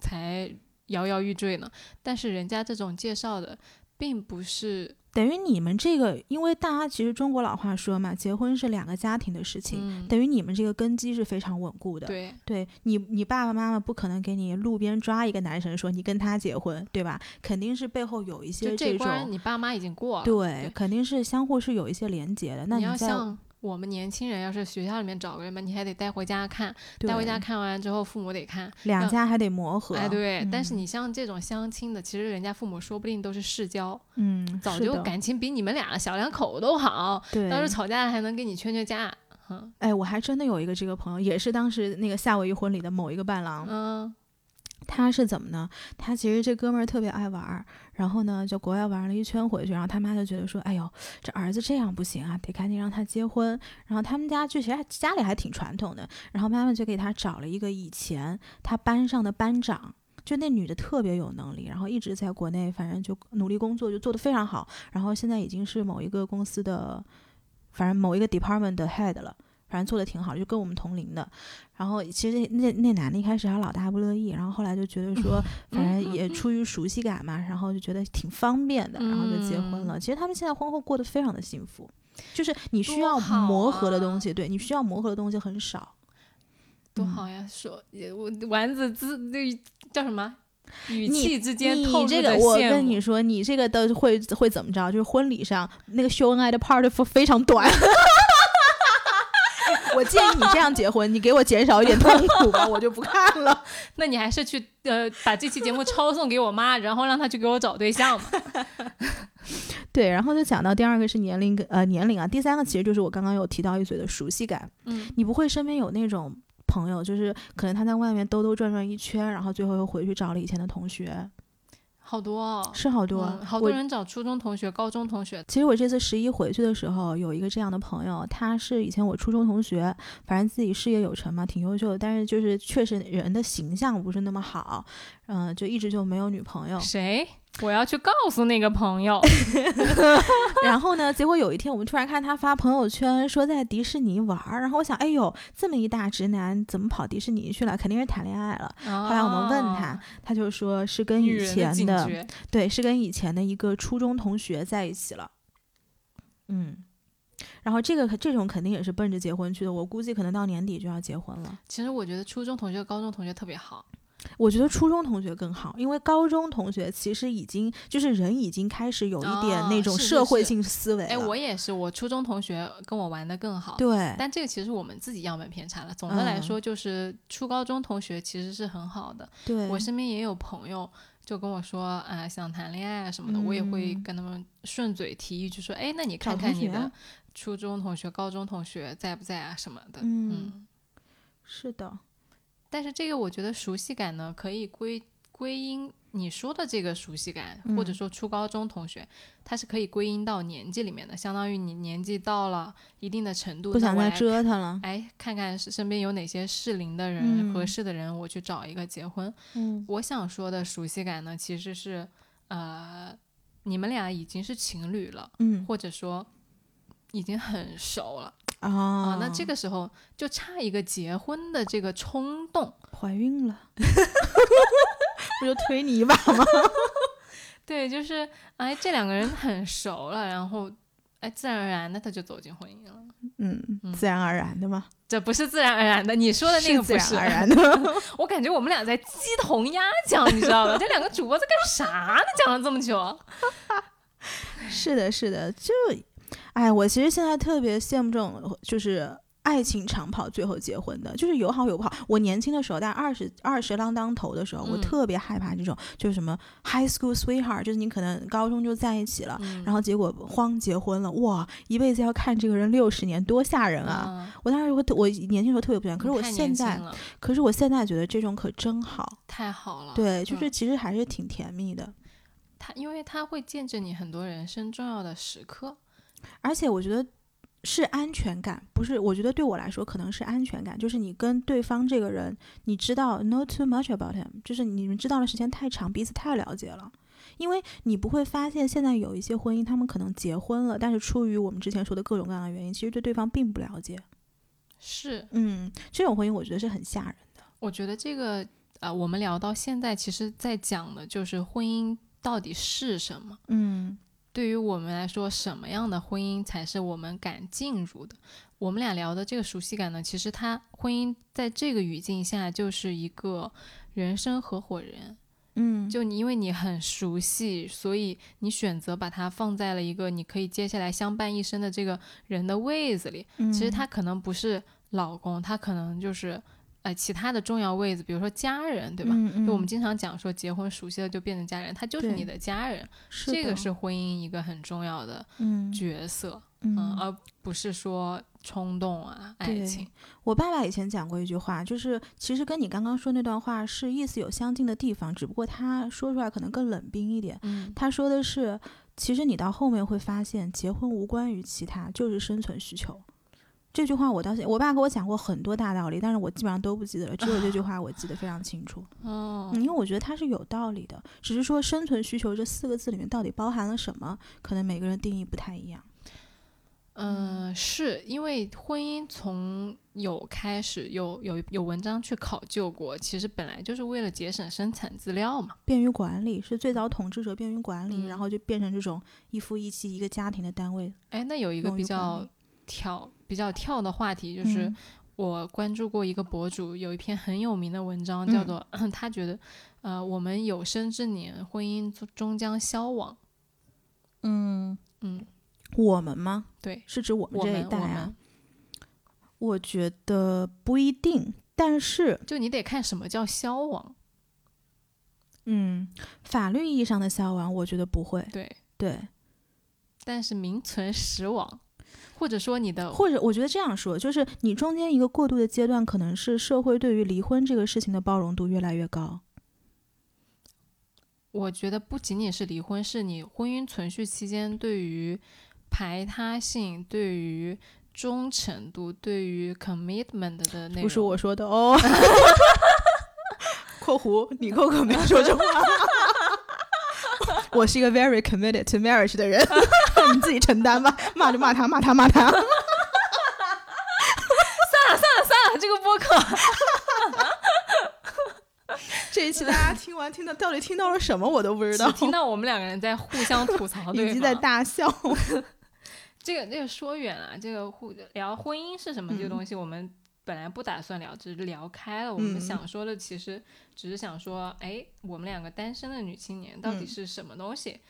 S1: 才摇摇欲坠呢。但是人家这种介绍的，并不是
S2: 等于你们这个，因为大家其实中国老话说嘛，结婚是两个家庭的事情，
S1: 嗯，
S2: 等于你们这个根基是非常稳固的。
S1: 对
S2: 对你，你爸爸妈妈不可能给你路边抓一个男生说你跟他结婚，对吧？肯定是背后有一些
S1: 就这关
S2: 种，
S1: 你爸妈已经过了。
S2: 对
S1: 对，
S2: 肯定是相互是有一些连结的。那
S1: 你要
S2: 在
S1: 像我们年轻人，要是学校里面找个人嘛，你还得带回家看，带回
S2: 对
S1: 家看完之后父母得看。
S2: 两
S1: 让
S2: 家还得磨合，
S1: 哎，对，但是
S2: 嗯
S1: 你像这种相亲的，其实人家父母说不定都是世交，
S2: 嗯，
S1: 早
S2: 是
S1: 就
S2: 的
S1: 感情比你们俩小两口都好，
S2: 对。
S1: 到时候吵架还能给你劝劝架。嗯
S2: 哎，我还真的有一个这个朋友，也是当时那个夏威夷婚礼的某一个伴郎，
S1: 嗯
S2: 他是怎么呢？他其实这哥们儿特别爱玩儿，然后呢，就国外玩了一圈回去，然后他妈就觉得说，哎呦，这儿子这样不行啊，得赶紧让他结婚。然后他们家就其实还家里还挺传统的，然后妈妈就给他找了一个以前他班上的班长。就那女的特别有能力，然后一直在国内，反正就努力工作，就做得非常好。然后现在已经是某一个公司的，反正某一个 department 的 head 了，反正做得挺好的，就跟我们同龄的。然后其实那那男的一开始还老大不乐意，然后后来就觉得 说，反正也出于熟悉感嘛，然后就觉得挺方便的，然后就结婚
S1: 嗯
S2: 了。其实他们现在婚后过得非常的幸福，就是你需
S1: 多
S2: 要
S1: 好
S2: 磨合的东
S1: 啊
S2: 西，对你需要磨合的东西很少。
S1: 多
S2: 嗯
S1: 好呀！说也我丸子之那叫什么语
S2: 你
S1: 气之间透
S2: 你
S1: 露
S2: 这
S1: 着
S2: 个，我
S1: 羡
S2: 跟
S1: 慕
S2: 你说，你这个都会会怎么着？就是婚礼上那个秀恩爱的 part 非常短。 我建议你这样结婚，你给我减少一点痛苦吧，我就不看了。
S1: 那你还是去呃把这期节目抄送给我妈，然后让她去给我找对象嘛。
S2: 对，然后就讲到第二个是年龄跟呃年龄啊，第三个其实就是我刚刚有提到一嘴的熟悉感，
S1: 嗯，
S2: 你不会身边有那种朋友，就是可能他在外面兜兜转转一圈，然后最后又回去找了以前的同学，
S1: 好多哦，
S2: 是 好多，
S1: 嗯好多
S2: 我
S1: 人找初中同学、高中同学，
S2: 其实我这次十一回去的时候，有一个这样的朋友，他是以前我初中同学，反正自己事业有成嘛，挺优秀的，但是就是确实人的形象不是那么好，嗯、就一直就没有女朋 友。
S1: 谁？我要去告诉那个朋 友。
S2: 然后呢，结果有一天我们突然看他发朋友圈说在迪士尼玩儿，然后我想，哎呦，这么一大直男怎么跑迪士尼去了？肯定是谈恋爱了。
S1: 后
S2: 后来我们问他，他就说是
S1: 啊
S2: 跟
S1: 哦女
S2: 以
S1: 人的
S2: 前
S1: 警
S2: 的
S1: 觉，
S2: 对，是跟以前的一个初中同学在一起了。嗯，然后这个这种肯定也是奔着结婚去的，我估计可能到年底就要结婚了。
S1: 其实我觉得初中同学、高中同学特别好。
S2: 我觉得初中同学更好，因为高中同学其实已经就是人已经开始有一点
S1: 哦
S2: 那种
S1: 是是
S2: 社会
S1: 是
S2: 性思维了。
S1: 哎，我也是，我初中同学跟我玩的更好。
S2: 对，
S1: 但这个其实我们自己样本偏差了。总的来
S2: 嗯
S1: 说，就是初高中同学其实是很好的。
S2: 对，
S1: 我身边也有朋友就跟我说啊、想谈恋爱啊什么的，我也会
S2: 嗯
S1: 跟他们顺嘴提一句说，哎，那你
S2: 找
S1: 看
S2: 同
S1: 看你
S2: 学啊
S1: 的初中同学、高中同学在不在啊什么的。
S2: 嗯是的，
S1: 但是这个我觉得熟悉感呢，可以归归因你说的这个熟悉感，或者
S2: 嗯
S1: 说初高中同学，它是可以归因到年纪里面的，相当于你年纪到了一定的程度，
S2: 不
S1: 那
S2: 想
S1: 我
S2: 再
S1: 来
S2: 折腾了。
S1: 哎，看看是身边有哪些适龄的人、
S2: 嗯
S1: 合适的人，我去找一个结婚。
S2: 嗯，
S1: 我想说的熟悉感呢，其实是呃，你们俩已经是情侣了，
S2: 嗯
S1: 或者说已经很熟了
S2: 啊、
S1: 啊、那这个时候就差一个结婚的这个冲动。
S2: 怀 孕了，不就推你一把吗？
S1: 对，就是哎，这两个人很熟了，然后哎，自然而然的他就走进婚姻了。
S2: 嗯
S1: 嗯，
S2: 自然而然的嘛，
S1: 这不是自然而然的，你说的那个
S2: 自
S1: 不
S2: 然
S1: 是。
S2: 而然的。
S1: 我感觉我们俩在鸡同鸭讲，你知道吧？这两个主播在干啥呢？讲了这 么久，
S2: 是的，是的，就，哎，我其实现在特别羡慕这种就是。爱情长跑最后结婚的，就是有好有不好。我年轻的时候，在二十二十啷当头的时候，我
S1: 嗯
S2: 特别害怕这种，就是什么 high school sweetheart，就是你可能高中就在一起了，
S1: 嗯
S2: 然后结果慌结婚了，哇，一辈子要看这个人六十年，多吓人啊！
S1: 啊，
S2: 我当时我特我年轻时候特别不喜欢，
S1: 嗯
S2: 可是我
S1: 太
S2: 现
S1: 年轻
S2: 在，
S1: 了
S2: 可是我现在觉得这种可真好，
S1: 太好了，，
S2: 对，就是
S1: 嗯
S2: 其实还是挺甜蜜的。
S1: 他因为他会见证你很多人生重要的时刻，
S2: 而且我觉得是安全感，不是？我觉得对我来说可能是安全感，就是你跟对方这个人，你知道 know too much about him，就是你们知道的时间太长，彼此太了解了。因为你不会发现，现在有一些婚姻，他们可能结婚了，但是出于我们之前说的各种各样的原因，其实对对方并不了解。
S1: 是，
S2: 嗯，这种婚姻我觉得是很吓人的。
S1: 我觉得这个啊、呃我们聊到现在，其实在讲的就是婚姻到底是什么。
S2: 嗯
S1: 对于我们来说，什么样的婚姻才是我们敢进入的？我们俩聊的这个熟悉感呢，其实它婚姻在这个语境下就是一个人生合伙人，
S2: 嗯，
S1: 就你因为你很熟悉，所以你选择把它放在了一个你可以接下来相伴一生的这个人的位子里。其实
S2: 嗯
S1: 他可能不是老公，他可能就是呃其他的重要位子，比如说家人，对吧？
S2: 嗯嗯
S1: 就我们经常讲说，结婚熟悉了就变成家人，他就是
S2: 对
S1: 你的家人，
S2: 是
S1: 这个
S2: 的
S1: 是婚姻一个很重要的
S2: 嗯
S1: 角色，嗯，
S2: 嗯，
S1: 而不是说冲动啊、爱
S2: 对
S1: 情，
S2: 我爸爸以前讲过一句话，就是其实跟你刚刚说那段话是意思有相近的地方，只不过他说出来可能更冷冰一点。
S1: 嗯，
S2: 他说的是，其实你到后面会发现，结婚无关于其他，就是生存需求。这句话我到现，我爸给我讲过很多大道理，但是我基本上都不记得了，只有这句话我记得非常清楚。
S1: 哦
S2: 嗯，因为我觉得它是有道理的，只是说“生存需求”这四个字里面到底包含了什么，可能每个人定义不太一样。
S1: 嗯，是因为婚姻从有开始有有有文章去考究过，其实本来就是为了节省生产资料嘛。
S2: 便于管理是最早统治者便于管理，
S1: 嗯
S2: 然后就变成这种一夫一妻一个家庭的单位。
S1: 哎，那有一个
S2: 用
S1: 比
S2: 于管
S1: 较
S2: 理
S1: 跳比较跳的话题，就是
S2: 嗯
S1: 我关注过一个博主，有一篇很有名的文章，叫
S2: 嗯
S1: 做、 他觉得，呃，我们有生之年婚姻终终将消亡。
S2: 嗯，
S1: 嗯，
S2: 我们吗？
S1: 对，
S2: 是指我们
S1: 我
S2: 这
S1: 们
S2: 一代
S1: 我
S2: 啊
S1: 们？
S2: 我觉得不一定，但是
S1: 就你得看什么叫消亡。
S2: 嗯，法律意义上的消亡，我觉得不会。
S1: 对，
S2: 对，
S1: 但是名存实亡，或者说你的
S2: 或者我觉得这样说，就是你中间一个过渡的阶段，可能是社会对于离婚这个事情的包容度越来越高。
S1: 我觉得不仅仅是离婚，是你婚姻存续期间对于排他性、对于忠诚度、对于 commitment 的那
S2: 不
S1: 种。
S2: 是我说的哦。（括弧你扣可没有说这话。 我是一个 very committed to marriage 的人， 你自己承担吧，骂就骂他，骂他骂他。
S1: 啊，这个播客
S2: 这一期大家听完听到到底听到了什么，我都不知道
S1: 只，听到我们两个人在互相吐 槽对
S2: 以及在
S1: 方。
S2: 大笑。
S1: 这个这个说远了、这个互聊婚姻是什么这个
S2: 嗯
S1: 东西，我们本来不打算聊，只是聊开了。我们
S2: 嗯
S1: 想说的其实只是想说，哎，我们两个单身的女青年到底
S2: 嗯
S1: 是什么东西，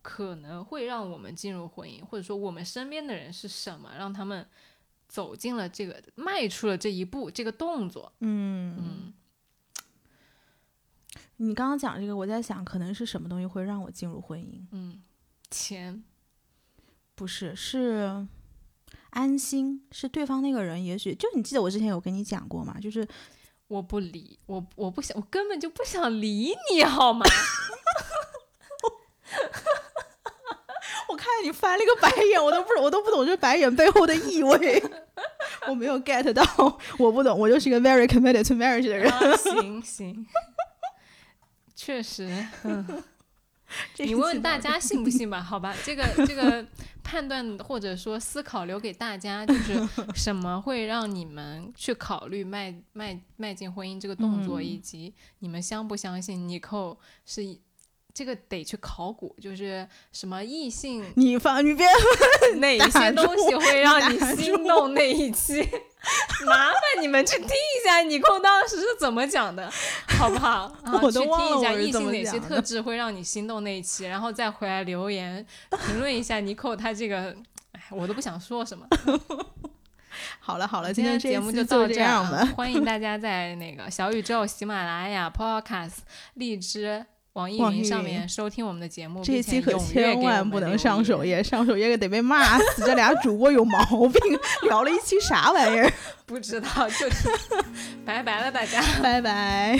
S1: 可能会让我们进入婚姻，或者说我们身边的人是什么，让他们走进了这个，迈出了这一步，这个动作。
S2: 嗯，
S1: 嗯，
S2: 你刚刚讲这个，我在想，可能是什么东西会让我进入婚姻？
S1: 嗯钱，
S2: 不是，是安心，是对方那个人。也许就你记得我之前有跟你讲过嘛，就是
S1: 我不理我，我不想，我根本就不想理你，好 吗？
S2: 我看见你翻了一个白眼，我都不我都不懂这白眼背后的意味， 我没有 get 到，我不懂，我就是一个 very committed to marriage 的人。
S1: 啊，行行， 确实， 你问问大家信不信吧？好吧，这个这个判断或者说思考留给大家，就是什么会让你们去考虑迈迈迈进婚姻这个动作，
S2: 嗯
S1: 以及你们相不相信 n i c o 是一这个得去考古，就是什么异性
S2: 你放你别
S1: 哪一些东西会让你心动那一期， 麻烦你们去听一下你扣当时是怎么讲的，好不好？ 啊
S2: 我都
S1: 去
S2: 忘了
S1: 听一下
S2: 我是
S1: 异
S2: 怎么
S1: 性哪些
S2: 讲的
S1: 特质会让你心动那一期，然后再回来留言评论一下尼寇他这个，哎，我都不想说 什么。
S2: 好了好了，
S1: 今
S2: 天
S1: 天
S2: 这一
S1: 节目
S2: 期
S1: 就
S2: 就
S1: 到
S2: 这
S1: 儿
S2: 样
S1: 啊
S2: 吧，，
S1: 欢迎大家在那个小宇宙、喜马拉雅、Podcast、荔枝。网易
S2: 网易
S1: 云上
S2: 云
S1: 面收听我们的节目，
S2: 这一
S1: 并且
S2: 期可
S1: 踊跃给
S2: 千
S1: 我
S2: 万
S1: 们
S2: 不能
S1: 留
S2: 上首
S1: 言
S2: 页，上首页可得被骂死。这俩主播有毛病， 聊了一期啥玩意儿？
S1: 不知道就拜拜了，大家。
S2: 拜拜。